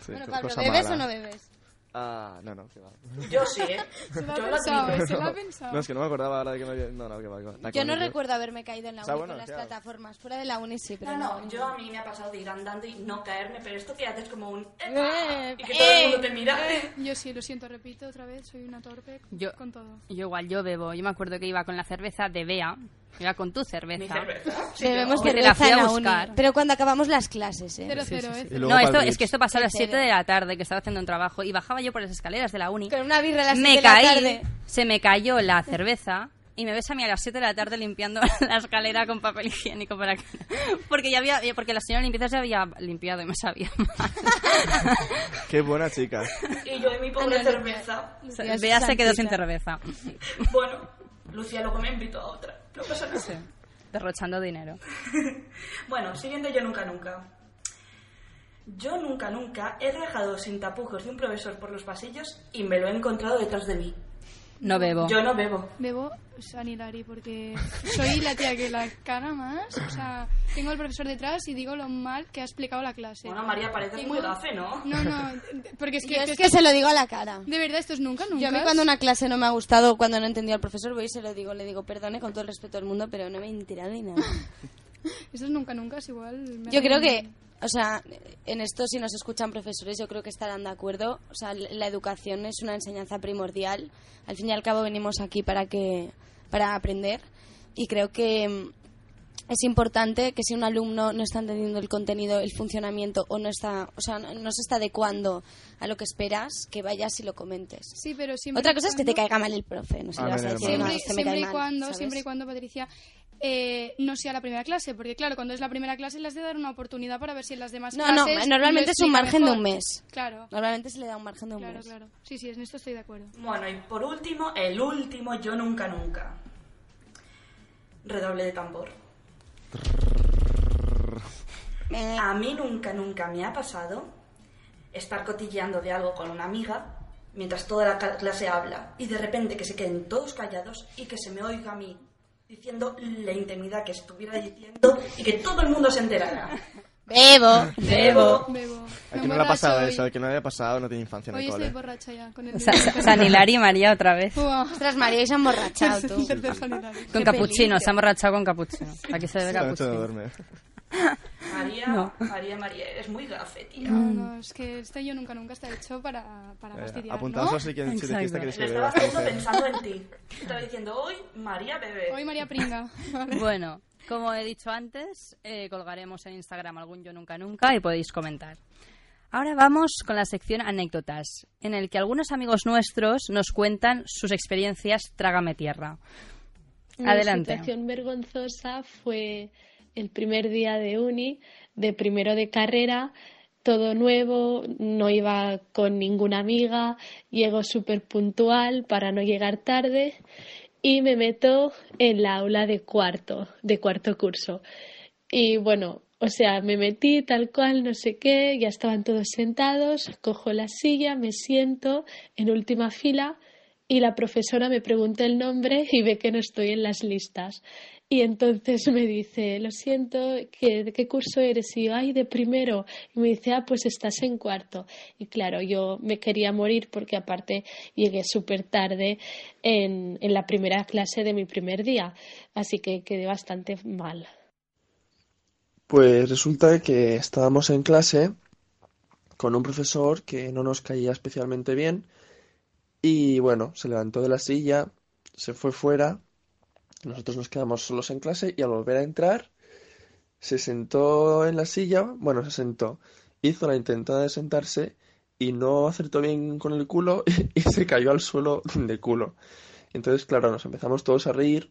Speaker 6: Sí,
Speaker 2: bueno,
Speaker 6: co-
Speaker 2: Pablo,
Speaker 6: cosa
Speaker 2: ¿bebes
Speaker 6: mala.
Speaker 2: o no bebes?
Speaker 6: Ah, no, no, que va.
Speaker 7: Yo sí, ¿eh?
Speaker 2: Se lo ha
Speaker 7: Yo lo admito.
Speaker 2: pensado, se lo ha pensado.
Speaker 6: No, es que no me acordaba ahora de que me había... No, no, que va, que va.
Speaker 3: Yo
Speaker 6: Tacones,
Speaker 3: no recuerdo haberme caído en la
Speaker 6: O
Speaker 3: uni
Speaker 6: sea, bueno,
Speaker 3: con las
Speaker 6: claro.
Speaker 3: plataformas. Fuera de la uni sí, pero
Speaker 7: No,
Speaker 3: no.
Speaker 7: no, yo a mí me ha pasado de ir andando y no caerme, pero esto que haces como un...
Speaker 3: Eh,
Speaker 7: Y que todo el
Speaker 3: eh,
Speaker 7: mundo te mira.
Speaker 2: Yo sí, lo siento, repito otra vez, soy una torpe
Speaker 1: Yo-
Speaker 2: con todo.
Speaker 1: Yo igual, yo bebo. Yo me acuerdo que iba con la cerveza de Bea. Iba con tu
Speaker 7: Mi
Speaker 1: cerveza.
Speaker 7: cerveza. Sí,
Speaker 3: Bebemos
Speaker 1: Que te la
Speaker 3: cerveza
Speaker 1: fui a
Speaker 3: en la uni.
Speaker 1: buscar.
Speaker 3: Pero cuando acabamos las clases, ¿eh?
Speaker 2: Cero, cero, ¿eh?
Speaker 6: Y
Speaker 2: cero.
Speaker 6: luego
Speaker 1: No,
Speaker 6: pa'l
Speaker 1: esto
Speaker 6: Blitz.
Speaker 1: es que esto pasó a las
Speaker 3: Entero.
Speaker 1: 7 de la tarde, que estaba haciendo un trabajo, y bajaba yo por las escaleras de la uni.
Speaker 3: Con una birra a las
Speaker 1: me
Speaker 3: siete de la
Speaker 1: caí,
Speaker 3: tarde.
Speaker 1: se me cayó la cerveza, y me ves a mí a las 7 de la tarde limpiando la escalera con papel higiénico para que... Porque ya había... Porque la señora limpieza se había limpiado y me sabía mal.
Speaker 6: Qué buena chica.
Speaker 7: Y yo y mi pobre
Speaker 3: Ah, no, no.
Speaker 7: cerveza.
Speaker 1: O
Speaker 3: Dios
Speaker 1: sea, Bea se quedó sin
Speaker 3: santita.
Speaker 1: cerveza.
Speaker 7: Bueno, Lucía luego me invitó a otra. No pasa nada.
Speaker 1: Derrochando dinero.
Speaker 7: Bueno, siguiente yo nunca nunca. Yo nunca nunca he rajado sin tapujos de un profesor por los pasillos y me lo he encontrado detrás de mí.
Speaker 1: No bebo.
Speaker 7: Yo no bebo.
Speaker 2: Bebo Sanilari porque soy la tía que la cara más. O sea, tengo al profesor detrás y digo lo mal que ha explicado la clase.
Speaker 7: Bueno, María, pareces muy gafe, ¿no?
Speaker 2: No, no, porque es que,
Speaker 3: Yo es
Speaker 2: es
Speaker 3: que se lo digo a la cara.
Speaker 2: de verdad esto es nunca, nunca.
Speaker 3: Yo a mí cuando una clase no me ha gustado o cuando no he entendido al profesor voy y se lo digo, le digo, perdone con todo el respeto del mundo, pero no me he enterado ni nada.
Speaker 2: Esto es nunca, nunca, es igual. me
Speaker 3: Yo
Speaker 2: hacen-
Speaker 3: creo que, o sea, en esto si nos escuchan profesores, yo creo que estarán de acuerdo. O sea, l- la educación es una enseñanza primordial. Al fin y al cabo venimos aquí para que para aprender y creo que mm, es importante que si un alumno no está entendiendo el contenido, el funcionamiento o no está, o sea, no, no se está adecuando a lo que esperas, que vayas y lo comentes.
Speaker 2: Sí, pero siempre
Speaker 3: Otra
Speaker 2: y
Speaker 3: cosa es que
Speaker 2: cuando-
Speaker 3: te caiga mal el profe, no sé,
Speaker 6: A
Speaker 3: le vas
Speaker 6: ver,
Speaker 3: a decir,
Speaker 6: hermano.
Speaker 3: no,
Speaker 2: Siempre,
Speaker 3: este me
Speaker 2: siempre
Speaker 3: cae
Speaker 2: y
Speaker 3: mal,
Speaker 2: cuando,
Speaker 3: ¿sabes?
Speaker 2: siempre y cuando, Patricia, eh, no sea la primera clase, porque claro, cuando es la primera clase las de dar una oportunidad para ver si en las demás
Speaker 3: No, no,
Speaker 2: clases lo
Speaker 3: normalmente es un
Speaker 2: explica
Speaker 3: margen de
Speaker 2: mejor.
Speaker 3: un mes.
Speaker 2: Claro,
Speaker 3: Normalmente se le da un margen de un
Speaker 2: claro,
Speaker 3: mes.
Speaker 2: claro. Sí, sí, en esto estoy de acuerdo.
Speaker 7: Bueno, y por último, el último, yo nunca, nunca. Redoble de tambor.
Speaker 3: Eh,
Speaker 7: A mí nunca, nunca me ha pasado estar cotilleando de algo con una amiga mientras toda la ca- clase habla y de repente que se queden todos callados y que se me oiga a mí diciendo la intimidad que estuviera diciendo y que todo el mundo se enterara.
Speaker 3: Bebo.
Speaker 7: Bebo.
Speaker 2: Bebo.
Speaker 6: Al que no le
Speaker 2: me
Speaker 6: ha
Speaker 2: emborracho
Speaker 6: pasado
Speaker 2: hoy.
Speaker 6: eso, al que no le ha pasado no tiene infancia en
Speaker 2: Hoy
Speaker 6: el
Speaker 2: estoy
Speaker 6: cole.
Speaker 2: borracha ya con el
Speaker 1: Sa- sa- San Hilario y María otra vez.
Speaker 2: Buah,
Speaker 3: Ostras, María, y se ha emborrachado tú.
Speaker 2: tercer San Hilario.
Speaker 1: Con
Speaker 3: Qué
Speaker 1: capuchino,
Speaker 3: peligro.
Speaker 1: se ha emborrachado con capuchino. Aquí se bebe
Speaker 6: Esta noche no
Speaker 1: capuchino.
Speaker 6: duerme.
Speaker 7: María,
Speaker 1: No.
Speaker 7: María, María, eres muy gafe, tía.
Speaker 2: No, no, es que este yo nunca, nunca está hecho para, para
Speaker 6: Eh,
Speaker 2: fastidiar,
Speaker 6: apuntaos
Speaker 2: ¿no?
Speaker 6: así que en chiriquista
Speaker 1: Exacto.
Speaker 6: queréis
Speaker 7: Lo
Speaker 6: que
Speaker 7: estaba
Speaker 6: beba.
Speaker 7: haciendo pensando en ti. Estaba diciendo hoy, María bebé.
Speaker 2: Hoy María Pringa. Vale.
Speaker 1: Bueno, como he dicho antes, eh, colgaremos en Instagram algún yo nunca nunca y podéis comentar. Ahora vamos con la sección anécdotas, en el que algunos amigos nuestros nos cuentan sus experiencias trágame tierra. Adelante.
Speaker 8: Mi situación vergonzosa fue el primer día de uni, de primero de carrera, todo nuevo, no iba con ninguna amiga, llego súper puntual para no llegar tarde y me meto en la aula de cuarto, de cuarto curso. Y bueno, o sea, me metí tal cual, no sé qué, ya estaban todos sentados, cojo la silla, me siento en última fila y la profesora me pregunta el nombre y ve que no estoy en las listas. Y entonces me dice, lo siento, ¿qué, ¿de qué curso eres? Y yo, ay, de primero. Y me dice, ah, pues estás en cuarto. Y claro, yo me quería morir porque aparte llegué súper tarde en, en la primera clase de mi primer día. Así que quedé bastante mal.
Speaker 6: Pues resulta que estábamos en clase con un profesor que no nos caía especialmente bien y bueno, se levantó de la silla, se fue fuera, nosotros nos quedamos solos en clase y al volver a entrar se sentó en la silla, bueno, se sentó, hizo la intentada de sentarse y no acertó bien con el culo y se cayó al suelo de culo. Entonces, claro, nos empezamos todos a reír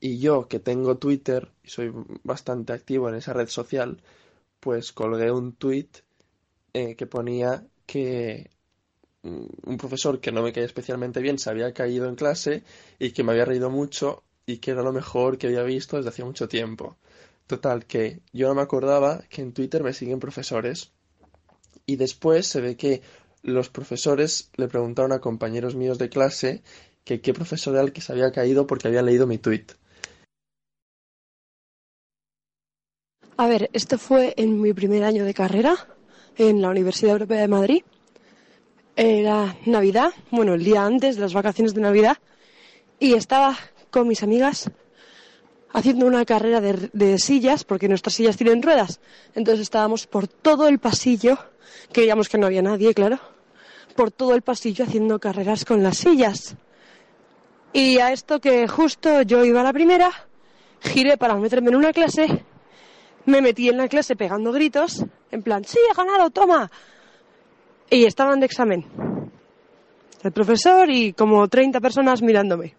Speaker 6: y yo, que tengo Twitter y soy bastante activo en esa red social, pues colgué un tweet eh, que ponía que mm, un profesor que no me caía especialmente bien se había caído en clase y que me había reído mucho y que era lo mejor que había visto desde hacía mucho tiempo. Total, que yo no me acordaba que en Twitter me siguen profesores y después se ve que los profesores le preguntaron a compañeros míos de clase que qué profesor era el que se había caído porque había leído mi tweet.
Speaker 8: A ver, esto fue en mi primer año de carrera en la Universidad Europea de Madrid. Era Navidad, bueno, el día antes de las vacaciones de Navidad, y estaba con mis amigas haciendo una carrera de, de sillas, porque nuestras sillas tienen ruedas. Entonces estábamos por todo el pasillo, creíamos que no había nadie, claro, por todo el pasillo haciendo carreras con las sillas. Y a esto que justo yo iba a la primera, giré para meterme en una clase me metí en la clase pegando gritos, en plan, sí, he ganado, toma. Y estaban de examen. El profesor y como 30 personas mirándome.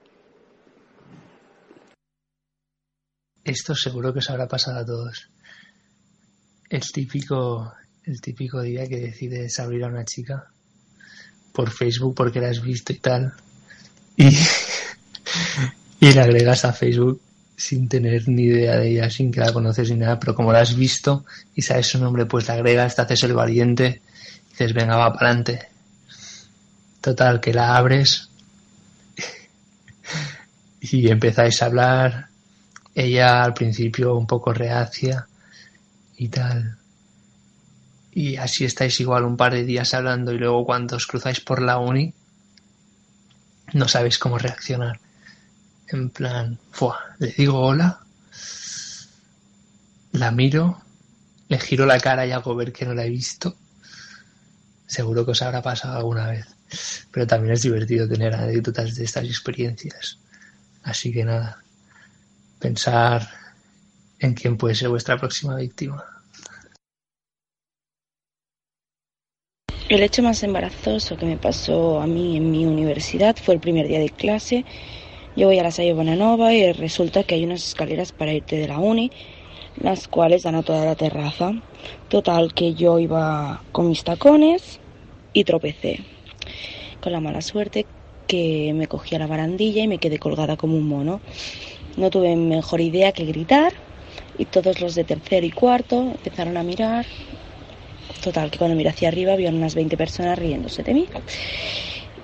Speaker 9: Esto seguro que os habrá pasado a todos. El típico, el típico día que decides abrir a una chica por Facebook porque la has visto y tal. Y, y la agregas a Facebook sin tener ni idea de ella, sin que la conoces ni nada, pero como la has visto y sabes su nombre, pues la agregas, te haces el valiente, dices, venga, va para adelante. Total, que la abres y empezáis a hablar, ella al principio un poco reacia y tal. Y así estáis igual un par de días hablando y luego cuando os cruzáis por la uni no sabéis cómo reaccionar. En plan, "Fua, le digo hola, la miro, le giro la cara y hago ver que no la he visto. Seguro que os habrá pasado alguna vez. Pero también es divertido tener anécdotas de estas experiencias. Así que nada, pensar en quién puede ser vuestra próxima víctima.
Speaker 7: El hecho más embarazoso que me pasó a mí en mi universidad fue el primer día de clase. Yo voy a la Salle Bonanova y resulta que hay unas escaleras para irte de la uni, las cuales dan a toda la terraza. Total, que yo iba con mis tacones y tropecé. Con la mala suerte que me cogí a la barandilla y me quedé colgada como un mono. No tuve mejor idea que gritar y todos los de tercero y cuarto empezaron a mirar Total, que cuando miré hacia arriba había unas 20 personas riéndose de mí.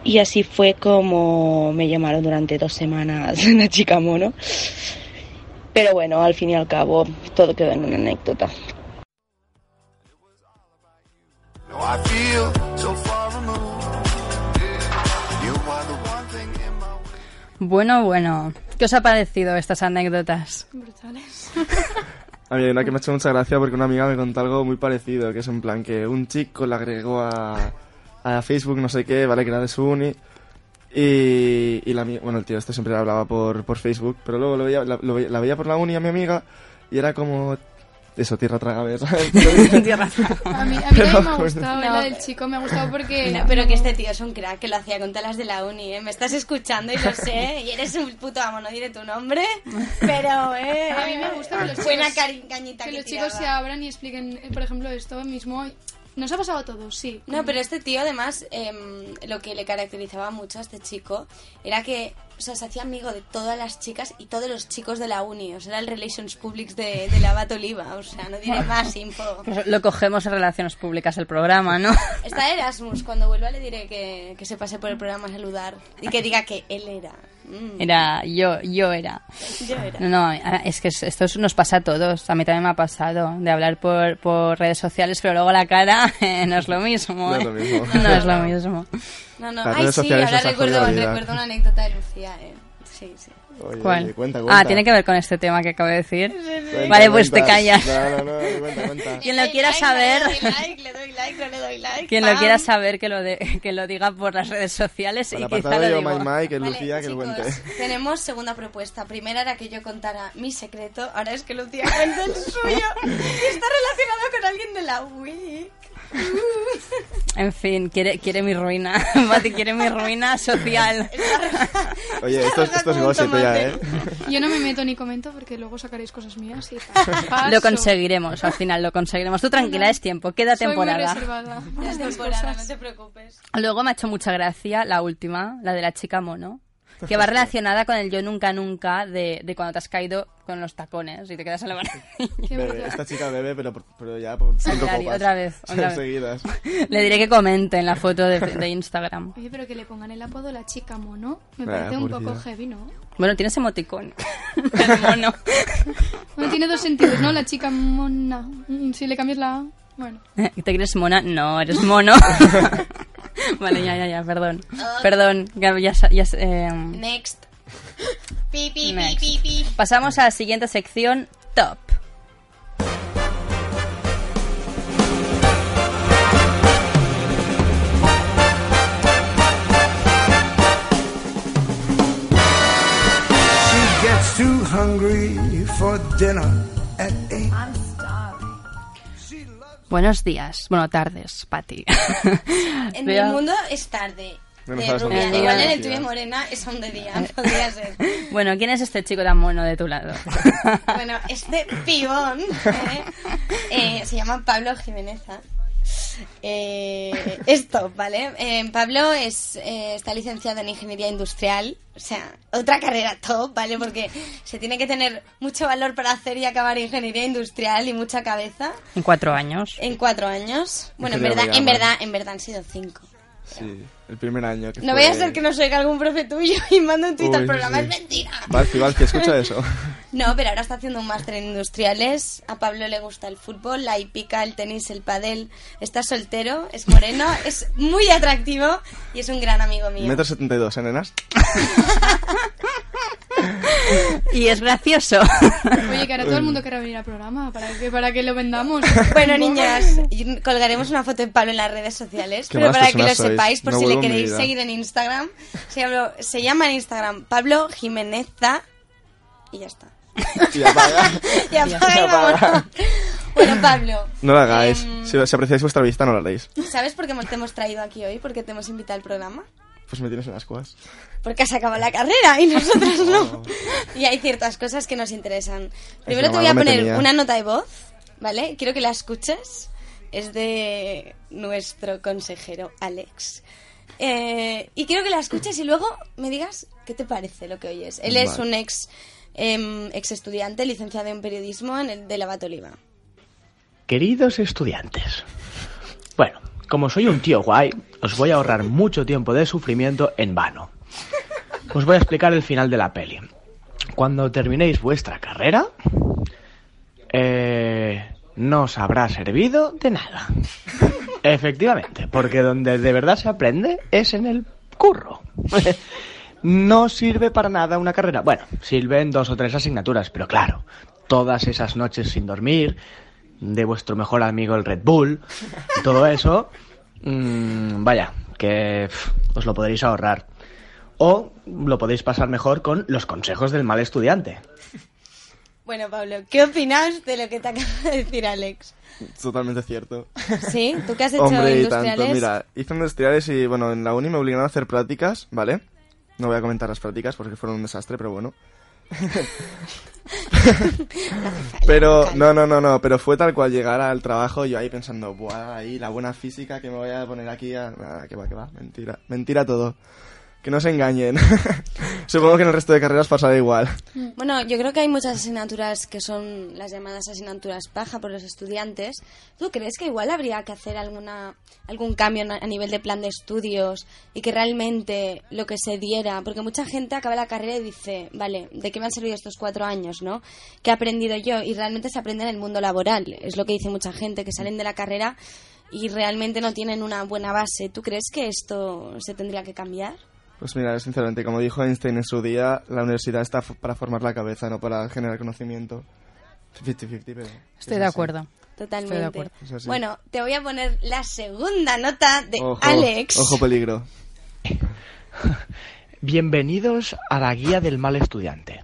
Speaker 7: Y así fue como me llamaron durante dos semanas la chica mono. Pero bueno, al fin y al cabo todo quedó en una anécdota.
Speaker 10: No, I feel so far removed. Yeah. You are the one thing in my
Speaker 1: Bueno, bueno. ¿Qué os ha parecido estas anécdotas?
Speaker 2: Brutales.
Speaker 11: A mí hay una que me ha hecho mucha gracia porque una amiga me contó algo muy parecido, que es en plan que un chico le agregó a, a Facebook, no sé qué, vale, que era de su uni. Y, y la ami- bueno, el tío este siempre hablaba por, por Facebook, pero luego lo veía, la, lo veía- la veía por la uni a mi amiga y era como... Eso, tierra traga, ver.
Speaker 2: A mí, a mí también me ha
Speaker 11: Pero-
Speaker 2: gustado
Speaker 3: No.
Speaker 2: la del chico, me ha gustado porque...
Speaker 3: No, pero que este tío es un crack, que lo hacía con talas de la uni, ¿eh? Me estás escuchando y lo sé, y eres un puto amo, no diré tu nombre, pero, ¿eh?
Speaker 2: A mí me gusta que los
Speaker 3: Buena
Speaker 2: chicos,
Speaker 3: cari- cañita
Speaker 2: que
Speaker 3: que
Speaker 2: los
Speaker 3: tiraba.
Speaker 2: chicos se abran y expliquen, eh, por ejemplo, esto mismo. Nos ha pasado a todos, sí.
Speaker 3: No, pero este tío, además, em, lo que le caracterizaba mucho a este chico era que, o sea, se hacía amigo de todas las chicas y todos los chicos de la uni, o sea, era el Relations Publics de, de la Batoliva, o sea, no diré más info.
Speaker 1: Pues lo cogemos en relaciones públicas el programa, ¿no?
Speaker 3: Está Erasmus, cuando vuelva le diré que, que se pase por el programa a saludar y que diga que él era. Mm.
Speaker 1: Era yo, yo era.
Speaker 3: Yo era.
Speaker 1: No, no, a- a- es que es- esto es- nos pasa a todos. A mí también me ha pasado de hablar por, por redes sociales, pero luego la cara eh, no es lo mismo.
Speaker 11: No es
Speaker 1: ¿eh?
Speaker 11: lo mismo.
Speaker 1: No es lo mismo.
Speaker 3: No, no,
Speaker 11: Las
Speaker 3: ay
Speaker 11: redes
Speaker 3: sí,
Speaker 11: sociales
Speaker 3: ahora
Speaker 11: nos han
Speaker 3: recuerdo,
Speaker 11: jodido la vida.
Speaker 3: recuerdo una anécdota de Lucía, eh. Sí, sí.
Speaker 11: Oye,
Speaker 1: ¿Cuál?
Speaker 11: oye, Eh, cuenta, cuenta.
Speaker 1: Ah, tiene que ver con este tema que acabo de decir.
Speaker 11: Cuenta,
Speaker 1: vale, pues te
Speaker 11: cuenta.
Speaker 1: callas.
Speaker 11: No, no, no, cuenta, cuenta.
Speaker 1: Quien lo quiera saber,
Speaker 3: Le doy like, le doy like, no le doy like.
Speaker 1: quien lo
Speaker 3: pam.
Speaker 1: quiera saber que lo de- que lo diga por las redes sociales
Speaker 11: Para
Speaker 1: y
Speaker 11: el
Speaker 1: quizá
Speaker 11: apartado
Speaker 1: lo
Speaker 11: yo,
Speaker 1: digo.
Speaker 11: Mai Mai, que
Speaker 3: Vale,
Speaker 11: Lucía, que el
Speaker 3: chicos,
Speaker 11: cuente.
Speaker 3: Tenemos segunda propuesta. Primera era que yo contara mi secreto, ahora es que Lucía cuenta el suyo. Y está relacionado con alguien de la WIC.
Speaker 1: En fin, quiere, quiere mi ruina. Mati quiere mi ruina social.
Speaker 11: Oye, esto, es- esto es gossip ya, ¿eh?
Speaker 2: Yo no me meto ni comento porque luego sacaréis cosas mías y paso.
Speaker 1: Lo conseguiremos, al final lo conseguiremos. Tú tranquila, es tiempo, queda
Speaker 2: Soy muy
Speaker 1: temporada.
Speaker 2: reservada.
Speaker 3: Ya es
Speaker 2: Las
Speaker 3: temporada, no
Speaker 2: cosas.
Speaker 3: te preocupes.
Speaker 1: Luego me ha hecho mucha gracia la última, la de la chica mono, que va relacionada con el yo nunca nunca de, de cuando te has caído con los tacones y te quedas en la barandilla.
Speaker 11: Bebe, esta chica bebe, pero, por- pero ya por cinco
Speaker 1: Ari,
Speaker 11: copas.
Speaker 1: otra vez, otra vez.
Speaker 11: Seguidas.
Speaker 1: Le diré que comente en la foto de, de Instagram.
Speaker 2: Oye, pero que le pongan el apodo la chica mono, me
Speaker 1: Ah,
Speaker 2: parece un poco
Speaker 1: pobrecilla.
Speaker 2: heavy, ¿no?
Speaker 1: Bueno, tienes emoticón. El mono.
Speaker 2: Bueno, tiene dos sentidos, ¿no? La chica mona. Mm, Si le cambias la A, bueno.
Speaker 1: ¿Te crees mona? No, eres mono. vale, ya, ya, ya, perdón. Perdón, ya, ya, ya, eh,
Speaker 3: Next. Pi, pi, pi,
Speaker 1: Next.
Speaker 3: pi, pi.
Speaker 1: Pasamos a la siguiente sección, Top.
Speaker 12: She gets too hungry for dinner at eight.
Speaker 1: Buenos días, bueno, tardes, Pati.
Speaker 3: En
Speaker 1: Veo-
Speaker 3: mi mundo es tarde.
Speaker 1: No nos
Speaker 3: De
Speaker 1: sabes
Speaker 3: rubia.
Speaker 1: mucho.
Speaker 3: Igual en
Speaker 1: Eh,
Speaker 3: el tuyo morena es aún de día, podría ser.
Speaker 1: Bueno, ¿quién es este chico tan mono de tu lado?
Speaker 3: Bueno, este pibón ¿eh? Eh, se llama Pablo Jimeneza. Eh, esto, ¿vale? Eh, Pablo es, eh, está licenciado en Ingeniería Industrial, o sea, otra carrera top, ¿vale? Porque se tiene que tener mucho valor para hacer y acabar Ingeniería Industrial y mucha cabeza
Speaker 1: en cuatro años.
Speaker 3: en cuatro años. Bueno, en
Speaker 11: Ingeniería
Speaker 3: verdad, en
Speaker 11: Brava.
Speaker 3: verdad, en verdad han sido cinco.
Speaker 11: Sí, el primer año. Que
Speaker 3: No
Speaker 11: fue-
Speaker 3: vaya a ser que nos oiga algún profe tuyo y manda un tuit
Speaker 11: Uy,
Speaker 3: al
Speaker 11: sí,
Speaker 3: programa,
Speaker 11: sí.
Speaker 3: es mentira.
Speaker 11: Valky, Valky, escucha eso.
Speaker 3: No, pero ahora está haciendo un máster en industriales. A Pablo le gusta el fútbol, la hípica, el tenis, el padel. Está soltero, es moreno, es muy atractivo y es un gran amigo mío.
Speaker 11: Metro setenta y dos, ¿eh, nenas?
Speaker 1: Y es gracioso.
Speaker 2: Oye, que ahora todo el mundo querrá venir al programa para que, para que lo vendamos.
Speaker 3: Bueno, niñas, y- colgaremos una foto de Pablo en las redes sociales,
Speaker 2: Qué
Speaker 3: pero
Speaker 2: malas
Speaker 3: para que lo
Speaker 2: personas sois.
Speaker 3: sepáis, por
Speaker 2: No
Speaker 3: si le
Speaker 2: vuelvo en mi
Speaker 3: queréis
Speaker 2: vida.
Speaker 3: seguir en Instagram, se, hablo- se llama en Instagram Pablo Jimeneza y ya está.
Speaker 11: Y apaga.
Speaker 3: Y apaga
Speaker 11: Y
Speaker 3: y vámonos.
Speaker 11: apaga.
Speaker 3: Bueno, Pablo,
Speaker 11: No lo hagáis.
Speaker 3: Em.
Speaker 11: Si, si apreciáis vuestra vista, no lo haréis.
Speaker 3: ¿sabes por qué te hemos traído aquí hoy? ¿Por qué te hemos invitado al programa?
Speaker 11: Pues me tienes en las cuas.
Speaker 3: Porque has acabado la carrera y nosotros
Speaker 11: Oh.
Speaker 3: no. Y hay ciertas cosas que nos interesan. Primero
Speaker 11: una
Speaker 3: te voy a
Speaker 11: broma que
Speaker 3: poner
Speaker 11: tenía.
Speaker 3: una nota de voz, ¿vale? Quiero que la escuches. Es de nuestro consejero Alex. Eh, y quiero que la escuches y luego me digas qué te parece lo que oyes. Él es
Speaker 13: Vale.
Speaker 3: un ex, em, ex estudiante licenciado en periodismo en el de la Oliva.
Speaker 13: Queridos estudiantes, bueno, como soy un tío guay, os voy a ahorrar mucho tiempo de sufrimiento en vano. Os voy a explicar el final de la peli. Cuando terminéis vuestra carrera, eh, no os habrá servido de nada. Efectivamente, porque donde de verdad se aprende es en el curro. No sirve para nada una carrera. Bueno, sirven dos o tres asignaturas, pero claro, todas esas noches sin dormir, de vuestro mejor amigo el Red Bull, y todo eso, mm, vaya, que pf, os lo podréis ahorrar. O lo podéis pasar mejor con los consejos del mal estudiante.
Speaker 3: Bueno, Pablo, ¿qué opinas de lo que te acaba de decir Alex?
Speaker 11: Totalmente cierto.
Speaker 3: ¿Sí? ¿Tú qué has hecho
Speaker 11: Hombre, y
Speaker 3: industriales?
Speaker 11: tanto. Mira, hice industriales y bueno, en la uni me obligaron a hacer prácticas, ¿vale? No voy a comentar las prácticas porque fueron un desastre, pero bueno. pero no, no, no, no, pero fue tal cual llegar al trabajo yo ahí pensando, buah, ahí la buena física que me voy a poner aquí, a... nada, que va, que va, mentira, mentira todo. Que no se engañen. Supongo que en el resto de carreras pasará igual.
Speaker 1: Mm.
Speaker 3: Bueno, yo creo que hay muchas asignaturas que son las llamadas asignaturas paja por los estudiantes. ¿Tú crees que igual habría que hacer alguna algún cambio en- a nivel de plan de estudios y que realmente lo que se diera? Porque mucha gente acaba la carrera y dice, vale, ¿de qué me han servido estos cuatro años, no? ¿Qué he aprendido yo? Y realmente se aprende en el mundo laboral. Es lo que dice mucha gente, que salen de la carrera y realmente no tienen una buena base. ¿Tú crees que esto se tendría que cambiar?
Speaker 11: Pues mira, sinceramente, como dijo Einstein en su día, la universidad está f- para formar la cabeza, no para generar conocimiento. 50-50, pero...
Speaker 1: Estoy de acuerdo.
Speaker 3: Totalmente.
Speaker 1: Estoy de acuerdo.
Speaker 11: Es así.
Speaker 3: Bueno, te voy a poner la segunda nota de
Speaker 13: Ojo,
Speaker 3: Alex.
Speaker 11: Ojo pues. peligro.
Speaker 13: Bienvenidos a la guía del mal estudiante.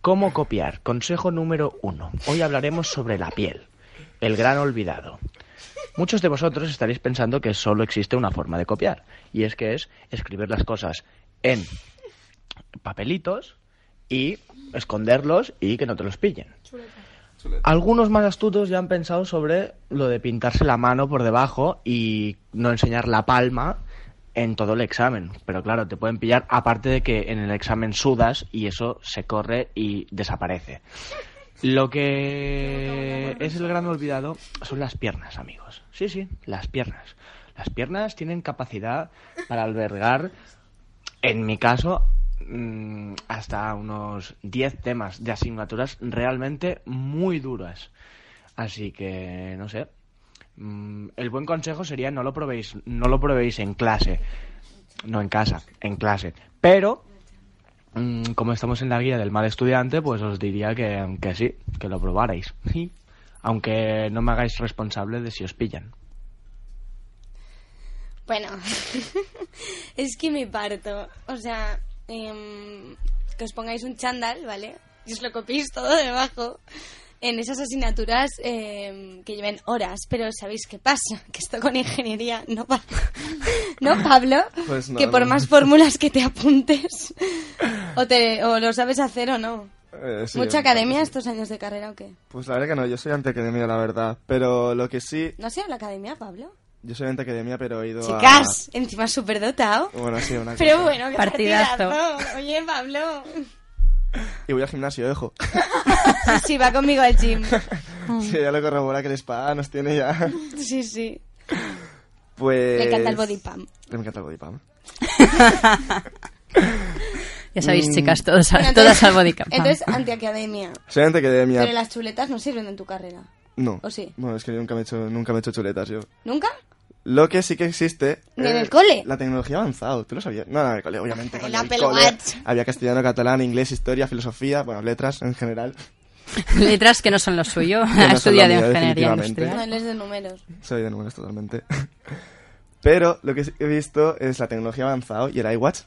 Speaker 13: ¿Cómo copiar? Consejo número uno. Hoy hablaremos sobre la piel, el gran olvidado. Muchos de vosotros estaréis pensando que solo existe una forma de copiar, y es que es escribir las cosas en papelitos y esconderlos y que no te los pillen. Algunos más astutos ya han pensado sobre lo de pintarse la mano por debajo y no enseñar la palma en todo el examen. Pero claro, te pueden pillar, aparte de que en el examen sudas y eso se corre y desaparece. Lo que es el gran olvidado son las piernas, amigos. Sí, sí, las piernas. Las piernas tienen capacidad para albergar, en mi caso, mm, hasta unos 10 temas de asignaturas realmente muy duras. Así que, no sé. Mm, El buen consejo sería no lo probéis, no lo probéis en clase. No en casa, en clase. Pero, mm, como estamos en la guía del mal estudiante, pues os diría que, que sí, que lo probarais. Aunque no me hagáis responsable de si os pillan.
Speaker 3: Bueno, es que me parto. O sea, em, que os pongáis un chándal, ¿vale? Y os lo copiéis todo debajo. En esas asignaturas em, que lleven horas, pero ¿sabéis qué pasa? Que esto con ingeniería no va. ¿No, Pablo?
Speaker 11: Pues no,
Speaker 3: que por
Speaker 11: no.
Speaker 3: más fórmulas que te apuntes, o, te, o lo sabes hacer o no.
Speaker 11: Eh, sí,
Speaker 3: ¿Mucha academia estos años de carrera o qué?
Speaker 11: Pues la verdad que no, yo soy antiacademia, la verdad. Pero lo que sí,
Speaker 3: ¿No has ido a la academia, Pablo?
Speaker 11: yo soy antiacademia, pero he ido
Speaker 3: Chicas, encima superdotado.
Speaker 11: a... Bueno, sí, una
Speaker 3: Pero
Speaker 11: cosa.
Speaker 3: bueno, qué
Speaker 1: Partidazo.
Speaker 3: partidazo. Oye, Pablo.
Speaker 11: Y voy al gimnasio, ojo.
Speaker 3: Sí, sí, va conmigo al gym.
Speaker 11: Sí, ya lo corrobora que el spa nos tiene ya.
Speaker 3: Mm. Sí, sí.
Speaker 11: Pues...
Speaker 3: Le encanta el body pump.
Speaker 11: Le encanta el body pump.
Speaker 1: Ya sabéis,
Speaker 11: Mm.
Speaker 1: chicas, todos,
Speaker 3: Bueno,
Speaker 1: todas al Ah. bodycam.
Speaker 3: Entonces, antiacademia.
Speaker 11: Soy antiacademia.
Speaker 3: Pero las chuletas no sirven en tu carrera.
Speaker 11: No.
Speaker 3: ¿O sí?
Speaker 11: Bueno, es que yo nunca me he hecho, nunca me he hecho chuletas, yo.
Speaker 3: ¿Nunca?
Speaker 11: Lo que sí que existe...
Speaker 3: Ni en el cole.
Speaker 11: La tecnología ha avanzado, ¿tú lo sabías? No, no, en el cole, obviamente. coño,
Speaker 3: El Apple
Speaker 11: el cole.
Speaker 3: Watch.
Speaker 11: Había castellano, catalán, inglés, historia, filosofía, bueno, letras en general.
Speaker 1: Letras que no son lo suyo.
Speaker 11: Que no son
Speaker 1: Ha
Speaker 11: lo
Speaker 1: estudiado
Speaker 11: mío,
Speaker 1: ingeniería
Speaker 11: definitivamente.
Speaker 1: industrial.
Speaker 3: No, él es de números.
Speaker 11: Soy de números totalmente. Pero lo que sí que he visto es la tecnología ha avanzado y el iWatch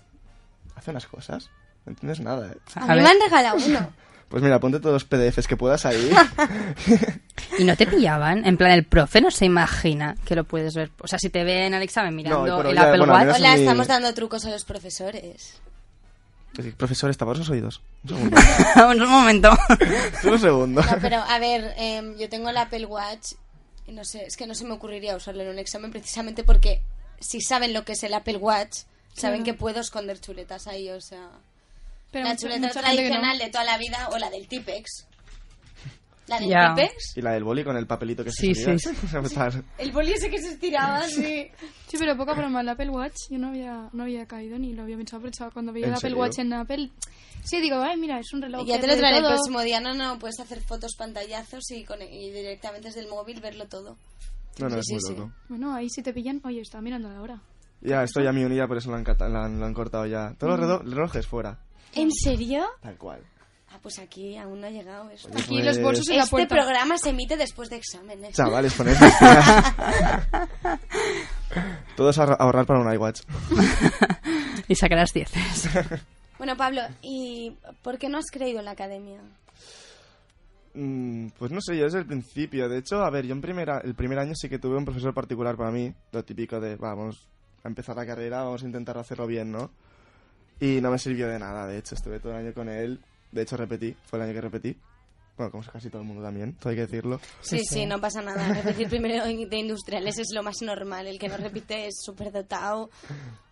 Speaker 11: hace unas cosas. No entiendes nada, ¿eh?
Speaker 3: A, mí me han regalado uno.
Speaker 11: Pues mira, ponte todos los PDFs que puedas ahí.
Speaker 1: ¿Y no te pillaban? En plan, el profe no se imagina que lo puedes ver. O sea, si te ven al examen mirando
Speaker 11: No, pero
Speaker 1: el
Speaker 11: ya,
Speaker 1: Apple
Speaker 11: bueno, al
Speaker 1: Watch...
Speaker 11: menos
Speaker 3: Hola,
Speaker 11: Sí.
Speaker 3: estamos dando trucos a los profesores.
Speaker 11: El profesor, está por sus oídos. Un segundo.
Speaker 1: un momento.
Speaker 11: Un segundo.
Speaker 3: No, pero a ver, em, yo tengo el Apple Watch y no sé, es que no se me ocurriría usarlo en un examen precisamente porque si saben lo que es el Apple Watch,
Speaker 2: Claro.
Speaker 3: saben que puedo esconder chuletas ahí, o sea...
Speaker 2: Pero
Speaker 3: la
Speaker 2: mucha-
Speaker 3: chuleta
Speaker 2: mucha gente que
Speaker 3: tradicional
Speaker 2: no.
Speaker 3: de toda la vida o la del Tipex. La del
Speaker 11: Ya.
Speaker 3: Tipex.
Speaker 11: Y la del boli con el papelito que
Speaker 1: Sí,
Speaker 11: se subía.
Speaker 1: sí,
Speaker 11: Estar-
Speaker 3: El boli ese que se estiraba, sí.
Speaker 2: Sí, pero poca broma, el Apple Watch yo no había, no había caído ni lo había pensado, pero chaval, cuando veía
Speaker 11: ¿En
Speaker 2: el Apple
Speaker 11: serio?
Speaker 2: Watch en Apple... Sí, digo, ay, mira, es un reloj.
Speaker 3: Ya
Speaker 2: que
Speaker 3: te lo
Speaker 2: hace de
Speaker 3: traeré el
Speaker 2: todo".
Speaker 3: próximo día. No, no, puedes hacer fotos, pantallazos y, con- y directamente desde el móvil verlo todo.
Speaker 11: No, no,
Speaker 3: Sí,
Speaker 11: es
Speaker 3: sí,
Speaker 11: muy
Speaker 3: sí.
Speaker 11: loco.
Speaker 2: Bueno, ahí si te pillan, oye, está mirando la hora.
Speaker 11: Ya, esto ya mi unidad, por eso lo han, cata- lo han- lo han cortado ya. Todos los
Speaker 3: Mm.
Speaker 11: redo- relojes fuera.
Speaker 3: ¿En serio?
Speaker 11: Tal cual.
Speaker 3: Ah, pues aquí aún no ha llegado esto.
Speaker 11: Oye, Aquí los pues- bolsos
Speaker 3: este
Speaker 11: en la puerta.
Speaker 3: programa se emite después de exámenes.
Speaker 11: Chavales, ponéis las pilas. Todos a ahorrar para un iWatch.
Speaker 1: y sacarás dieces.
Speaker 3: Bueno, Pablo, ¿y por qué no has creído en la academia?
Speaker 11: Mm, Pues no sé, yo desde el principio. De hecho, a ver, yo en primera, el primer año sí que tuve un profesor particular para mí. Lo típico de, vamos a empezar la carrera, vamos a intentar hacerlo bien, ¿no? Y no me sirvió de nada, de hecho. Estuve todo el año con él. De hecho, repetí. Fue el año que repetí. Bueno, como casi todo el mundo también, todo hay que decirlo.
Speaker 3: Sí, sí, no pasa nada. Repetir primero de industriales es lo más normal. El que no repite es súper dotado.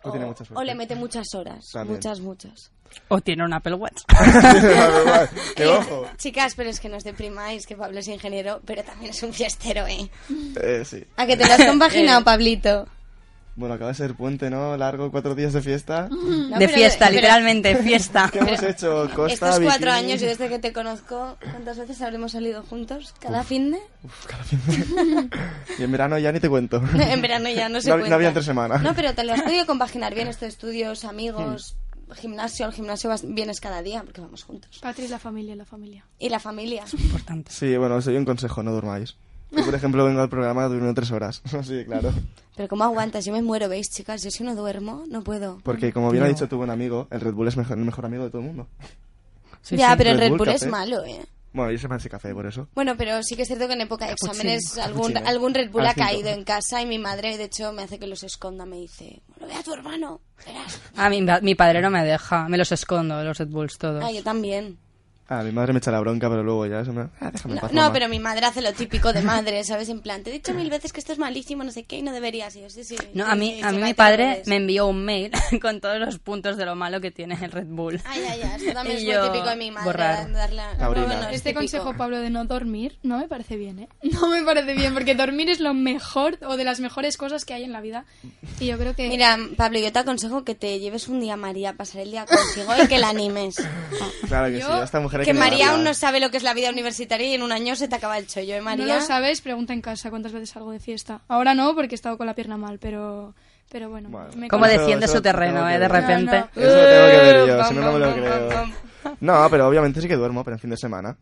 Speaker 11: No tiene mucha suerte.
Speaker 3: O le mete muchas horas.
Speaker 11: También.
Speaker 3: Muchas, muchas.
Speaker 1: O tiene un Apple Watch.
Speaker 11: ¡Qué
Speaker 3: Eh,
Speaker 11: ojo!
Speaker 3: Chicas, pero es que no os deprimáis, que Pablo es ingeniero, pero también es un fiestero, ¿eh?
Speaker 11: Eh, sí.
Speaker 3: ¿A que te lo has
Speaker 11: Eh.
Speaker 3: compaginado, Pablito?
Speaker 11: Bueno, acaba de ser puente, ¿no? Largo, cuatro días de fiesta.
Speaker 3: No,
Speaker 1: de
Speaker 3: pero-
Speaker 1: fiesta,
Speaker 3: pero-
Speaker 1: literalmente, fiesta.
Speaker 11: ¿Qué hemos hecho? Costa,
Speaker 3: Estos cuatro
Speaker 11: bikini.
Speaker 3: años, yo desde que te conozco, ¿cuántas veces habremos salido juntos? ¿Cada fin de?
Speaker 11: Y en verano ya ni te cuento.
Speaker 3: En verano ya no se
Speaker 11: No, hab-
Speaker 3: cuenta.
Speaker 11: no había tres semanas.
Speaker 3: No, pero te lo has podido compaginar bien, estos estudios, amigos,
Speaker 11: Hmm.
Speaker 3: gimnasio. Al gimnasio vas- vienes cada día porque vamos juntos.
Speaker 2: Patri, la familia, la familia.
Speaker 3: Y la familia.
Speaker 11: Sí, bueno, os doy un consejo, no durmáis. Yo, por ejemplo, vengo al programa durmiendo tres horas. Así, de claro.
Speaker 3: Pero ¿cómo aguantas? Yo me muero, ¿veis, chicas? Yo si no duermo, no puedo.
Speaker 11: Porque, como bien ha
Speaker 3: No.
Speaker 11: dicho tu buen amigo, el Red Bull es mejor- el mejor amigo de todo el mundo.
Speaker 3: ya, pero el Red Bull, es
Speaker 11: café.
Speaker 3: malo, ¿eh?
Speaker 11: Bueno, yo se me hace café, por eso.
Speaker 3: Bueno, pero sí que es cierto que en época
Speaker 11: Ah,
Speaker 3: de
Speaker 11: pues
Speaker 3: exámenes
Speaker 11: Capuchino,
Speaker 3: algún,
Speaker 11: capuchino.
Speaker 3: algún Red Bull
Speaker 11: Ah,
Speaker 3: ha
Speaker 11: siento.
Speaker 3: caído en casa y mi madre, de hecho, me hace que los esconda. Me dice, lo ve a tu hermano. verás".
Speaker 1: A mí, Ah, mi padre no me deja, me los escondo, los Red Bulls todos.
Speaker 3: Ah, yo también.
Speaker 11: Ah, mi madre me echa la bronca, pero luego ya se me... Ah, déjame en
Speaker 3: No,
Speaker 11: paz,
Speaker 3: no,
Speaker 11: mamá.
Speaker 3: pero mi madre hace lo típico de madre, ¿sabes? En plan, te he dicho mil veces que esto es malísimo, no sé qué, y no deberías. Y yo, sí, sí.
Speaker 1: No, a mí,
Speaker 3: sí,
Speaker 1: a mí mi
Speaker 3: chocate, lo
Speaker 1: padre
Speaker 3: ves.
Speaker 1: me envió un mail con todos los puntos de lo malo que tiene el Red Bull.
Speaker 3: Ay, ay, ay, esto también
Speaker 1: Y
Speaker 3: es muy
Speaker 1: yo,
Speaker 3: típico de mi madre.
Speaker 1: borrar.
Speaker 3: darle a-
Speaker 1: Abril,
Speaker 3: bueno,
Speaker 1: abril.
Speaker 3: es
Speaker 2: Este
Speaker 3: típico.
Speaker 2: consejo, Pablo, de no dormir, no me parece bien, ¿eh? No me parece bien, porque dormir es lo mejor o de las mejores cosas que hay en la vida. Y yo creo que...
Speaker 3: Mira, Pablo, yo te aconsejo que te lleves un día a María, a pasar el día consigo y que la animes.
Speaker 11: Claro que sí,
Speaker 3: Yo-
Speaker 11: a esta mujer hay
Speaker 3: que María
Speaker 11: llevarla.
Speaker 3: aún no sabe lo que es la vida universitaria y en un año se te acaba el chollo, ¿eh, María?
Speaker 2: No lo sabes, pregunta en casa cuántas veces salgo de fiesta. Ahora no, porque he estado con la pierna mal, pero... Pero bueno, me
Speaker 1: ¿Cómo
Speaker 2: conozco.
Speaker 1: defiende su terreno, eh, de repente?
Speaker 2: No,
Speaker 11: Eso lo tengo que ver
Speaker 2: Eh,
Speaker 11: yo, si no, no me lo
Speaker 2: pam, pam,
Speaker 11: creo.
Speaker 2: pam,
Speaker 11: No, pero obviamente sí que duermo, pero en fin de semana.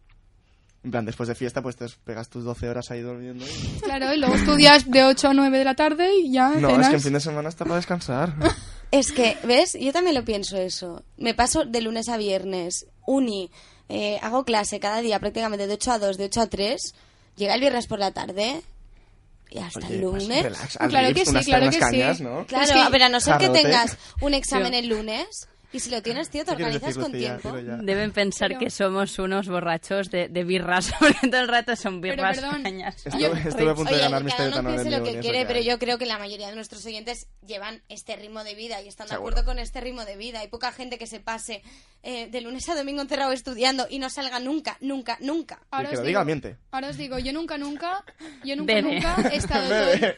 Speaker 11: En plan, después de fiesta, pues te pegas tus 12 horas ahí durmiendo. y-
Speaker 2: Claro, y luego estudias de 8 a 9 de la tarde y ya
Speaker 3: Ah,
Speaker 11: No, es
Speaker 2: cenas.
Speaker 11: que en fin de semana está para descansar.
Speaker 3: Es que, ¿ves? Yo también lo pienso eso. Me paso de lunes a viernes, uni, eh, hago clase cada día prácticamente de 8 a 2, de 8 a 3, llega el viernes por la tarde y hasta el
Speaker 11: Oye, pues
Speaker 3: lunes.
Speaker 11: relax, al Claro que Rips, sí, unas- claro unas que sí. cañas, ¿no?
Speaker 3: Claro,
Speaker 11: Es que-
Speaker 3: pero a no ser que
Speaker 11: Jarrote.
Speaker 3: tengas un examen
Speaker 1: Tío.
Speaker 3: el lunes y si lo tienes, tío, te
Speaker 11: ¿Qué quieres
Speaker 3: organizas
Speaker 11: decir,
Speaker 3: con
Speaker 11: Lucía?
Speaker 3: tiempo.
Speaker 11: Dilo ya.
Speaker 1: Deben pensar que somos unos borrachos de, de birras, porque todo el rato son birras
Speaker 3: perdón,
Speaker 1: cañas.
Speaker 11: Estuve, estuve a punto
Speaker 3: Oye,
Speaker 11: de ganar mi
Speaker 3: cada uno
Speaker 11: estetano
Speaker 3: piense
Speaker 11: de
Speaker 3: lo que
Speaker 11: León,
Speaker 3: quiere,
Speaker 11: eso
Speaker 3: pero
Speaker 11: que-
Speaker 3: yo creo que la mayoría de nuestros oyentes llevan este ritmo de vida y están de
Speaker 11: Seguro.
Speaker 3: acuerdo con este ritmo de vida. Hay poca gente que se pase eh, de lunes a domingo encerrado estudiando y no salga nunca, nunca, nunca.
Speaker 11: El
Speaker 2: Ahora
Speaker 11: que
Speaker 2: os
Speaker 11: lo
Speaker 2: digo-
Speaker 11: diga miente.
Speaker 2: Ahora os digo, yo nunca, nunca, yo nunca,
Speaker 1: Bebe.
Speaker 2: nunca he estado todo el-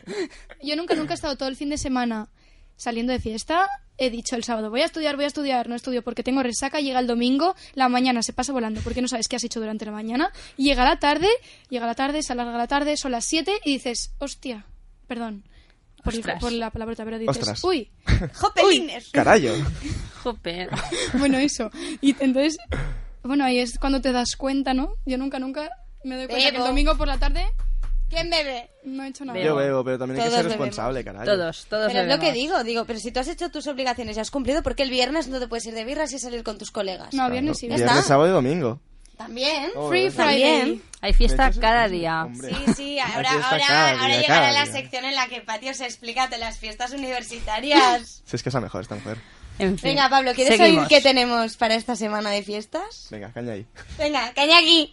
Speaker 2: yo nunca, nunca he estado todo el fin de semana saliendo de fiesta. He dicho el sábado, voy a estudiar, voy a estudiar, no estudio porque tengo resaca, llega el domingo, la mañana se pasa volando porque no sabes qué has hecho durante la mañana, llega la tarde, llega la tarde, se alarga la tarde, son las 7 y dices, hostia, perdón por, el-
Speaker 1: Ostras.
Speaker 2: por la palabrota, pero dices,
Speaker 11: Ostras.
Speaker 2: uy,
Speaker 3: jopelines.
Speaker 11: Carayo.
Speaker 1: Jope.
Speaker 2: bueno, eso. Y t- entonces, bueno, ahí es cuando te das cuenta, ¿no? Yo nunca, nunca me doy cuenta que
Speaker 3: Bebo.
Speaker 2: el domingo por la tarde
Speaker 3: ¿Quién bebe?
Speaker 2: no he hecho nada.
Speaker 11: Yo bebo, pero también hay que
Speaker 3: Todos
Speaker 11: ser responsable,
Speaker 3: bebemos.
Speaker 11: carajo.
Speaker 3: Pero es lo que digo, digo, pero si tú has hecho tus obligaciones y has cumplido, ¿por qué el viernes no te puedes ir de birras y salir con tus colegas?
Speaker 2: No, viernes sí.
Speaker 3: Ya
Speaker 11: Viernes,
Speaker 3: está.
Speaker 11: sábado y domingo.
Speaker 3: También.
Speaker 1: Oh,
Speaker 3: Free
Speaker 1: ¿verdad?
Speaker 3: Friday.
Speaker 1: También. Hay fiesta
Speaker 3: Me echas-
Speaker 1: cada día.
Speaker 3: Sí, sí, ahora,
Speaker 11: Aquí está
Speaker 3: ahora,
Speaker 11: cada día,
Speaker 3: ahora
Speaker 11: cada
Speaker 3: llegará la
Speaker 11: día.
Speaker 3: sección en la que Patio se explica de las fiestas universitarias.
Speaker 11: Si es que está mejor esta mujer.
Speaker 3: Venga, Pablo, ¿quieres oír
Speaker 11: seguimos.
Speaker 3: qué tenemos para esta semana de fiestas?
Speaker 11: Venga, caña ahí.
Speaker 3: Venga, caña aquí.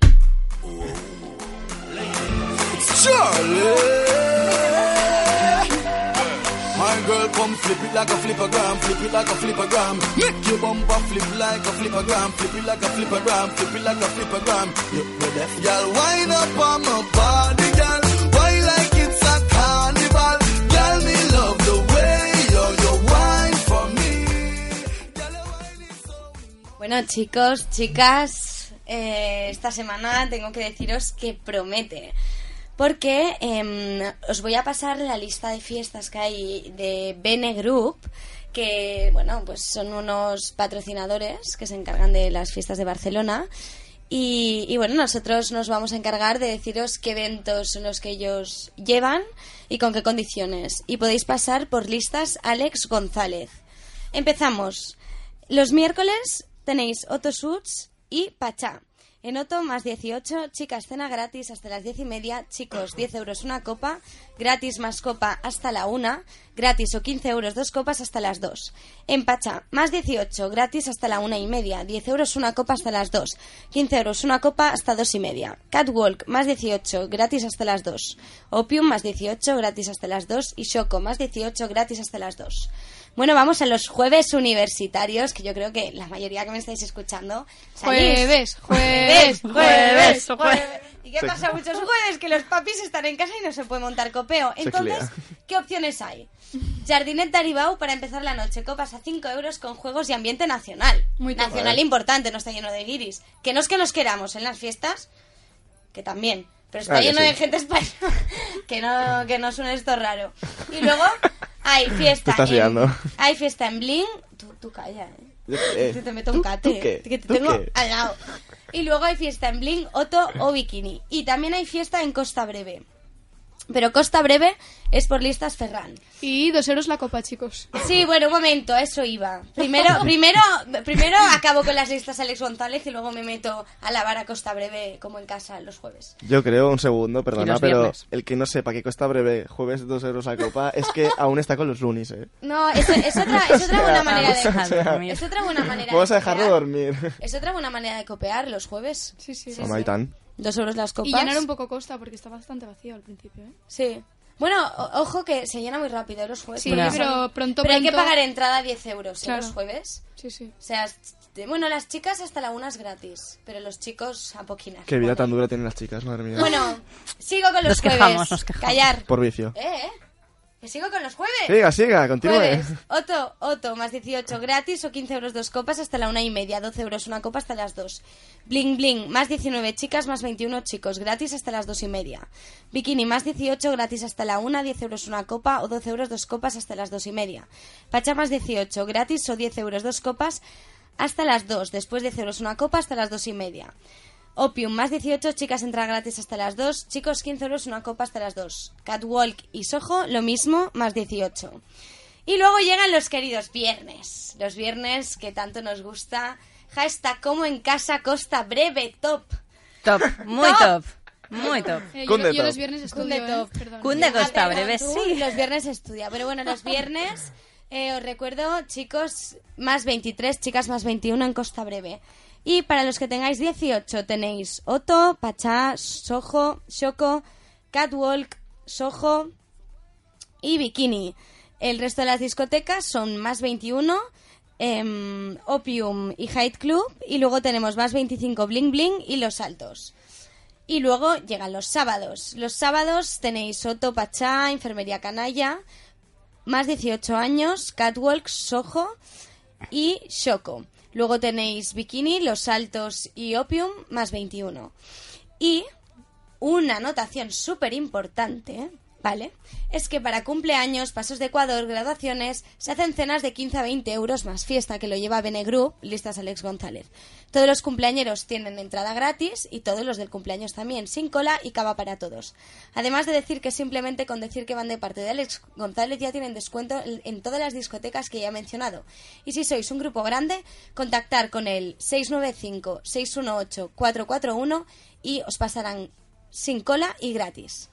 Speaker 14: My girl come flip it like a flippergram, flip it like a flippergram. Make your bumper flip like a flippergram, flip it like a flippergram, flip it like a flippergram. You know that girl wind up on my body, girl. Why like it's a carnival, girl? Me love the way you you wine for me.
Speaker 3: Bueno, chicos, chicas, eh, esta semana tengo que deciros que promete. Porque em, os voy a pasar la lista de fiestas que hay de Bene Group, que, bueno, pues son unos patrocinadores que se encargan de las fiestas de Barcelona. Y, y, bueno, nosotros nos vamos a encargar de deciros qué eventos son los que ellos llevan y con qué condiciones. Y podéis pasar por listas Alex González. Empezamos. Los miércoles tenéis Otto Suits y Pachá. En Otto, más 18, chicas, cena gratis hasta las 10 y media, chicos, 10 euros una copa, gratis más copa hasta la 1, gratis o 15 euros dos copas hasta las 2. En Pachá, más 18, gratis hasta la 1 y media, 10 euros una copa hasta las 2, 15 euros una copa hasta 2 y media. Catwalk, más 18, gratis hasta las 2. Opium, más 18, gratis hasta las 2. Y Choco, más 18, gratis hasta las 2. Bueno, vamos a los jueves universitarios, que yo creo que la mayoría que me estáis escuchando. salís.
Speaker 2: Jueves, jueves, jueves,
Speaker 3: jueves, jueves. ¿Y qué
Speaker 2: Se-
Speaker 3: pasa muchos jueves? Que los papis están en casa y no se puede montar copeo. Entonces, ¿qué opciones hay? Jardinet Daribau para empezar la noche. Copas a 5 euros con juegos y ambiente nacional.
Speaker 2: Muy top.
Speaker 3: nacional
Speaker 2: Vale.
Speaker 3: importante, no está lleno de guiris. Que no es que nos queramos en las fiestas, que también. Pero está
Speaker 2: Ah, que
Speaker 3: lleno
Speaker 2: sí.
Speaker 3: de gente española. que no, que no suena esto raro. Y luego hay fiesta.
Speaker 11: Te estás
Speaker 3: en-
Speaker 11: liando.
Speaker 3: hay fiesta en Bling. Tú, tú calla, eh.
Speaker 11: Yo
Speaker 3: Te,
Speaker 11: qué.
Speaker 3: te meto un cate.
Speaker 11: tú qué?
Speaker 3: Que te
Speaker 11: ¿Tú
Speaker 3: tengo
Speaker 11: qué?
Speaker 3: al lado. Y luego hay fiesta en Bling, Oto o Bikini. Y también hay fiesta en Costa Breve. Pero Costa Breve es por listas Ferran.
Speaker 2: Y dos euros la copa, chicos.
Speaker 3: Sí, bueno, un momento, a eso iba. Primero, primero, primero acabo con las listas Alex González y luego me meto a lavar a Costa Breve como en casa los jueves.
Speaker 11: Yo creo, un segundo, perdona, pero
Speaker 3: viernes.
Speaker 11: el que no sepa que cuesta breve jueves 2 euros la copa es que aún está con los lunis, ¿eh?
Speaker 3: No, es, es otra, es otra
Speaker 11: O sea,
Speaker 3: buena manera de
Speaker 11: vamos a dormir.
Speaker 3: Es otra buena manera
Speaker 11: Vamos a
Speaker 3: de
Speaker 11: dejarlo
Speaker 3: copiar.
Speaker 11: dormir.
Speaker 3: Es otra buena manera de copiar los jueves. Sí, sí.
Speaker 11: Toma, y tan.
Speaker 3: Dos euros las copas.
Speaker 2: Y llenar un poco costa porque está bastante vacío al principio, ¿eh?
Speaker 3: Sí. Bueno, o- ojo que se llena muy rápido ¿eh? los jueves.
Speaker 2: Sí,
Speaker 3: porque
Speaker 2: pero
Speaker 3: son-
Speaker 2: pronto,
Speaker 3: Pero hay que
Speaker 2: pronto-
Speaker 3: pagar entrada 10 euros ¿eh?
Speaker 2: Claro.
Speaker 3: los jueves.
Speaker 2: Sí, sí.
Speaker 3: O sea, es- bueno, las chicas hasta la una es gratis, pero los chicos a poquinar.
Speaker 11: Qué vida tan dura tienen las chicas, madre mía.
Speaker 3: Bueno, sigo con los
Speaker 11: Nos
Speaker 3: jueves.
Speaker 11: quejamos, nos quejamos.
Speaker 3: Callar.
Speaker 11: Por vicio.
Speaker 3: Eh, eh. Que sigo con los jueves.
Speaker 11: Siga, siga, continúe.
Speaker 3: Jueves, Otto, Otto, más 18 gratis o 15 euros dos copas hasta la una y media, 12 euros una copa hasta las dos. Bling Bling, más 19 chicas, más 21 chicos, gratis hasta las dos y media. Bikini, más 18 gratis hasta la una, 10 euros una copa o 12 euros dos copas hasta las dos y media. Pacha, más 18 gratis o 10 euros dos copas hasta las dos, después 10 euros una copa hasta las dos y media. Opium, más 18, chicas entra gratis hasta las 2, chicos 15 euros una copa hasta las 2. Catwalk y Soho, lo mismo, más 18. Y luego llegan los queridos viernes, los viernes que tanto nos gusta. Hashtag como en casa costa breve top.
Speaker 1: Top, muy top.
Speaker 3: Top.
Speaker 1: Muy top.
Speaker 3: Eh, Cunde top, ¿eh? perdón.
Speaker 1: Cunde Costa
Speaker 3: Ah, perdón,
Speaker 1: Breve,
Speaker 3: tú,
Speaker 1: sí.
Speaker 3: Los viernes estudia, pero bueno, los viernes eh, os recuerdo, chicos, más 23, chicas más 21 en Costa Breve. Y para los que tengáis 18 tenéis Otto, Pachá, Soho, Choco, Catwalk, Soho y Bikini. El resto de las discotecas son más 21, em, Opium y Hyde Club. Y luego tenemos más 25 Bling Bling y Los Altos. Y luego llegan los sábados. Los sábados tenéis Soto, Pachá, Enfermería Canalla, más 18 años, Catwalk, Soho y Choco. Luego tenéis Bikini, Los Altos y Opium, más 21. Y una anotación súper importante Vale. Es que para cumpleaños, pasos de Ecuador, graduaciones, se hacen cenas de 15 a 20 euros más fiesta que lo lleva Benegru, listas Alex González. Todos los cumpleañeros tienen entrada gratis y todos los del cumpleaños también, sin cola y cava para todos. Además de decir que simplemente con decir que van de parte de Alex González ya tienen descuento en en todas las discotecas que ya he mencionado. Y si sois un grupo grande, contactar con el 695-618-441 y os pasarán sin cola y gratis.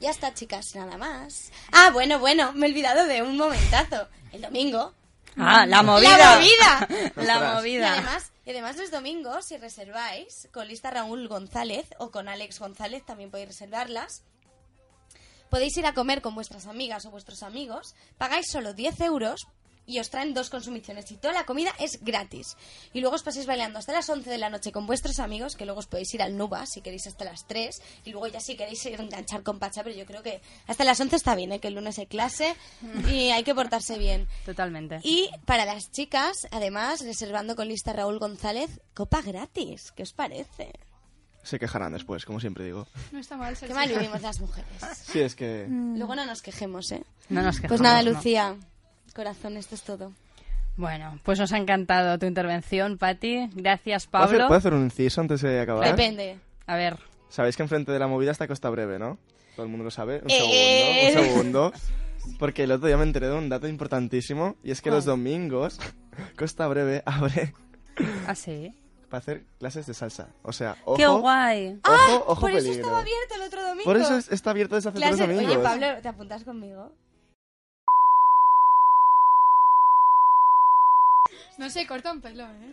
Speaker 3: Ya está, chicas, nada más. Ah, bueno, bueno, me he olvidado de un momentazo. El domingo.
Speaker 1: Ah, la movida.
Speaker 3: La movida.
Speaker 1: La movida.
Speaker 3: Y además, y además los domingos, si reserváis, con lista Raúl González o con Alex González, también podéis reservarlas. Podéis ir a comer con vuestras amigas o vuestros amigos, pagáis solo 10 euros y os traen dos consumiciones y toda la comida es gratis. Y luego os paséis bailando hasta las 11 de la noche con vuestros amigos, que luego os podéis ir al Nuba si queréis hasta las 3 y luego ya si queréis ir a enganchar con Pacha, pero yo creo que hasta las 11 está bien, ¿eh? que el lunes hay clase y hay que portarse bien.
Speaker 1: Totalmente.
Speaker 3: Y para las chicas, además, reservando con lista Raúl González, copa gratis, ¿qué os parece?
Speaker 11: Se quejarán después, como siempre digo.
Speaker 2: No está mal,
Speaker 3: Qué mal vivimos las mujeres.
Speaker 11: Sí, es que...
Speaker 3: Luego no nos quejemos, ¿eh?
Speaker 1: No nos quejamos,
Speaker 3: Pues nada,
Speaker 1: no.
Speaker 3: Lucía, corazón, esto es todo.
Speaker 1: Bueno, pues nos ha encantado tu intervención, Patti. Gracias,
Speaker 11: ¿Puedo hacer,
Speaker 1: Pablo.
Speaker 11: puedo hacer un ¿eh? inciso antes de acabar?
Speaker 3: Depende.
Speaker 1: A ver.
Speaker 11: Sabéis que enfrente de la movida está Costa Breve, ¿no? Todo el mundo lo sabe. Un
Speaker 1: Eh.
Speaker 11: segundo, un segundo. Porque el otro día me enteré de un dato importantísimo y es que
Speaker 1: ¿Cuál?
Speaker 11: los domingos Costa Breve abre
Speaker 1: Ah, sí.
Speaker 11: para hacer clases de salsa. O sea, ojo.
Speaker 1: ¡Qué guay!
Speaker 11: Ojo,
Speaker 3: ¡Ah!
Speaker 11: ojo
Speaker 3: por eso
Speaker 11: peligro.
Speaker 3: estaba abierto el otro domingo.
Speaker 11: Por eso es- está abierto desde hace
Speaker 3: Clase-
Speaker 11: tres domingos.
Speaker 3: Oye, Pablo, ¿te apuntas conmigo?
Speaker 2: No se corta un pelo, ¿eh?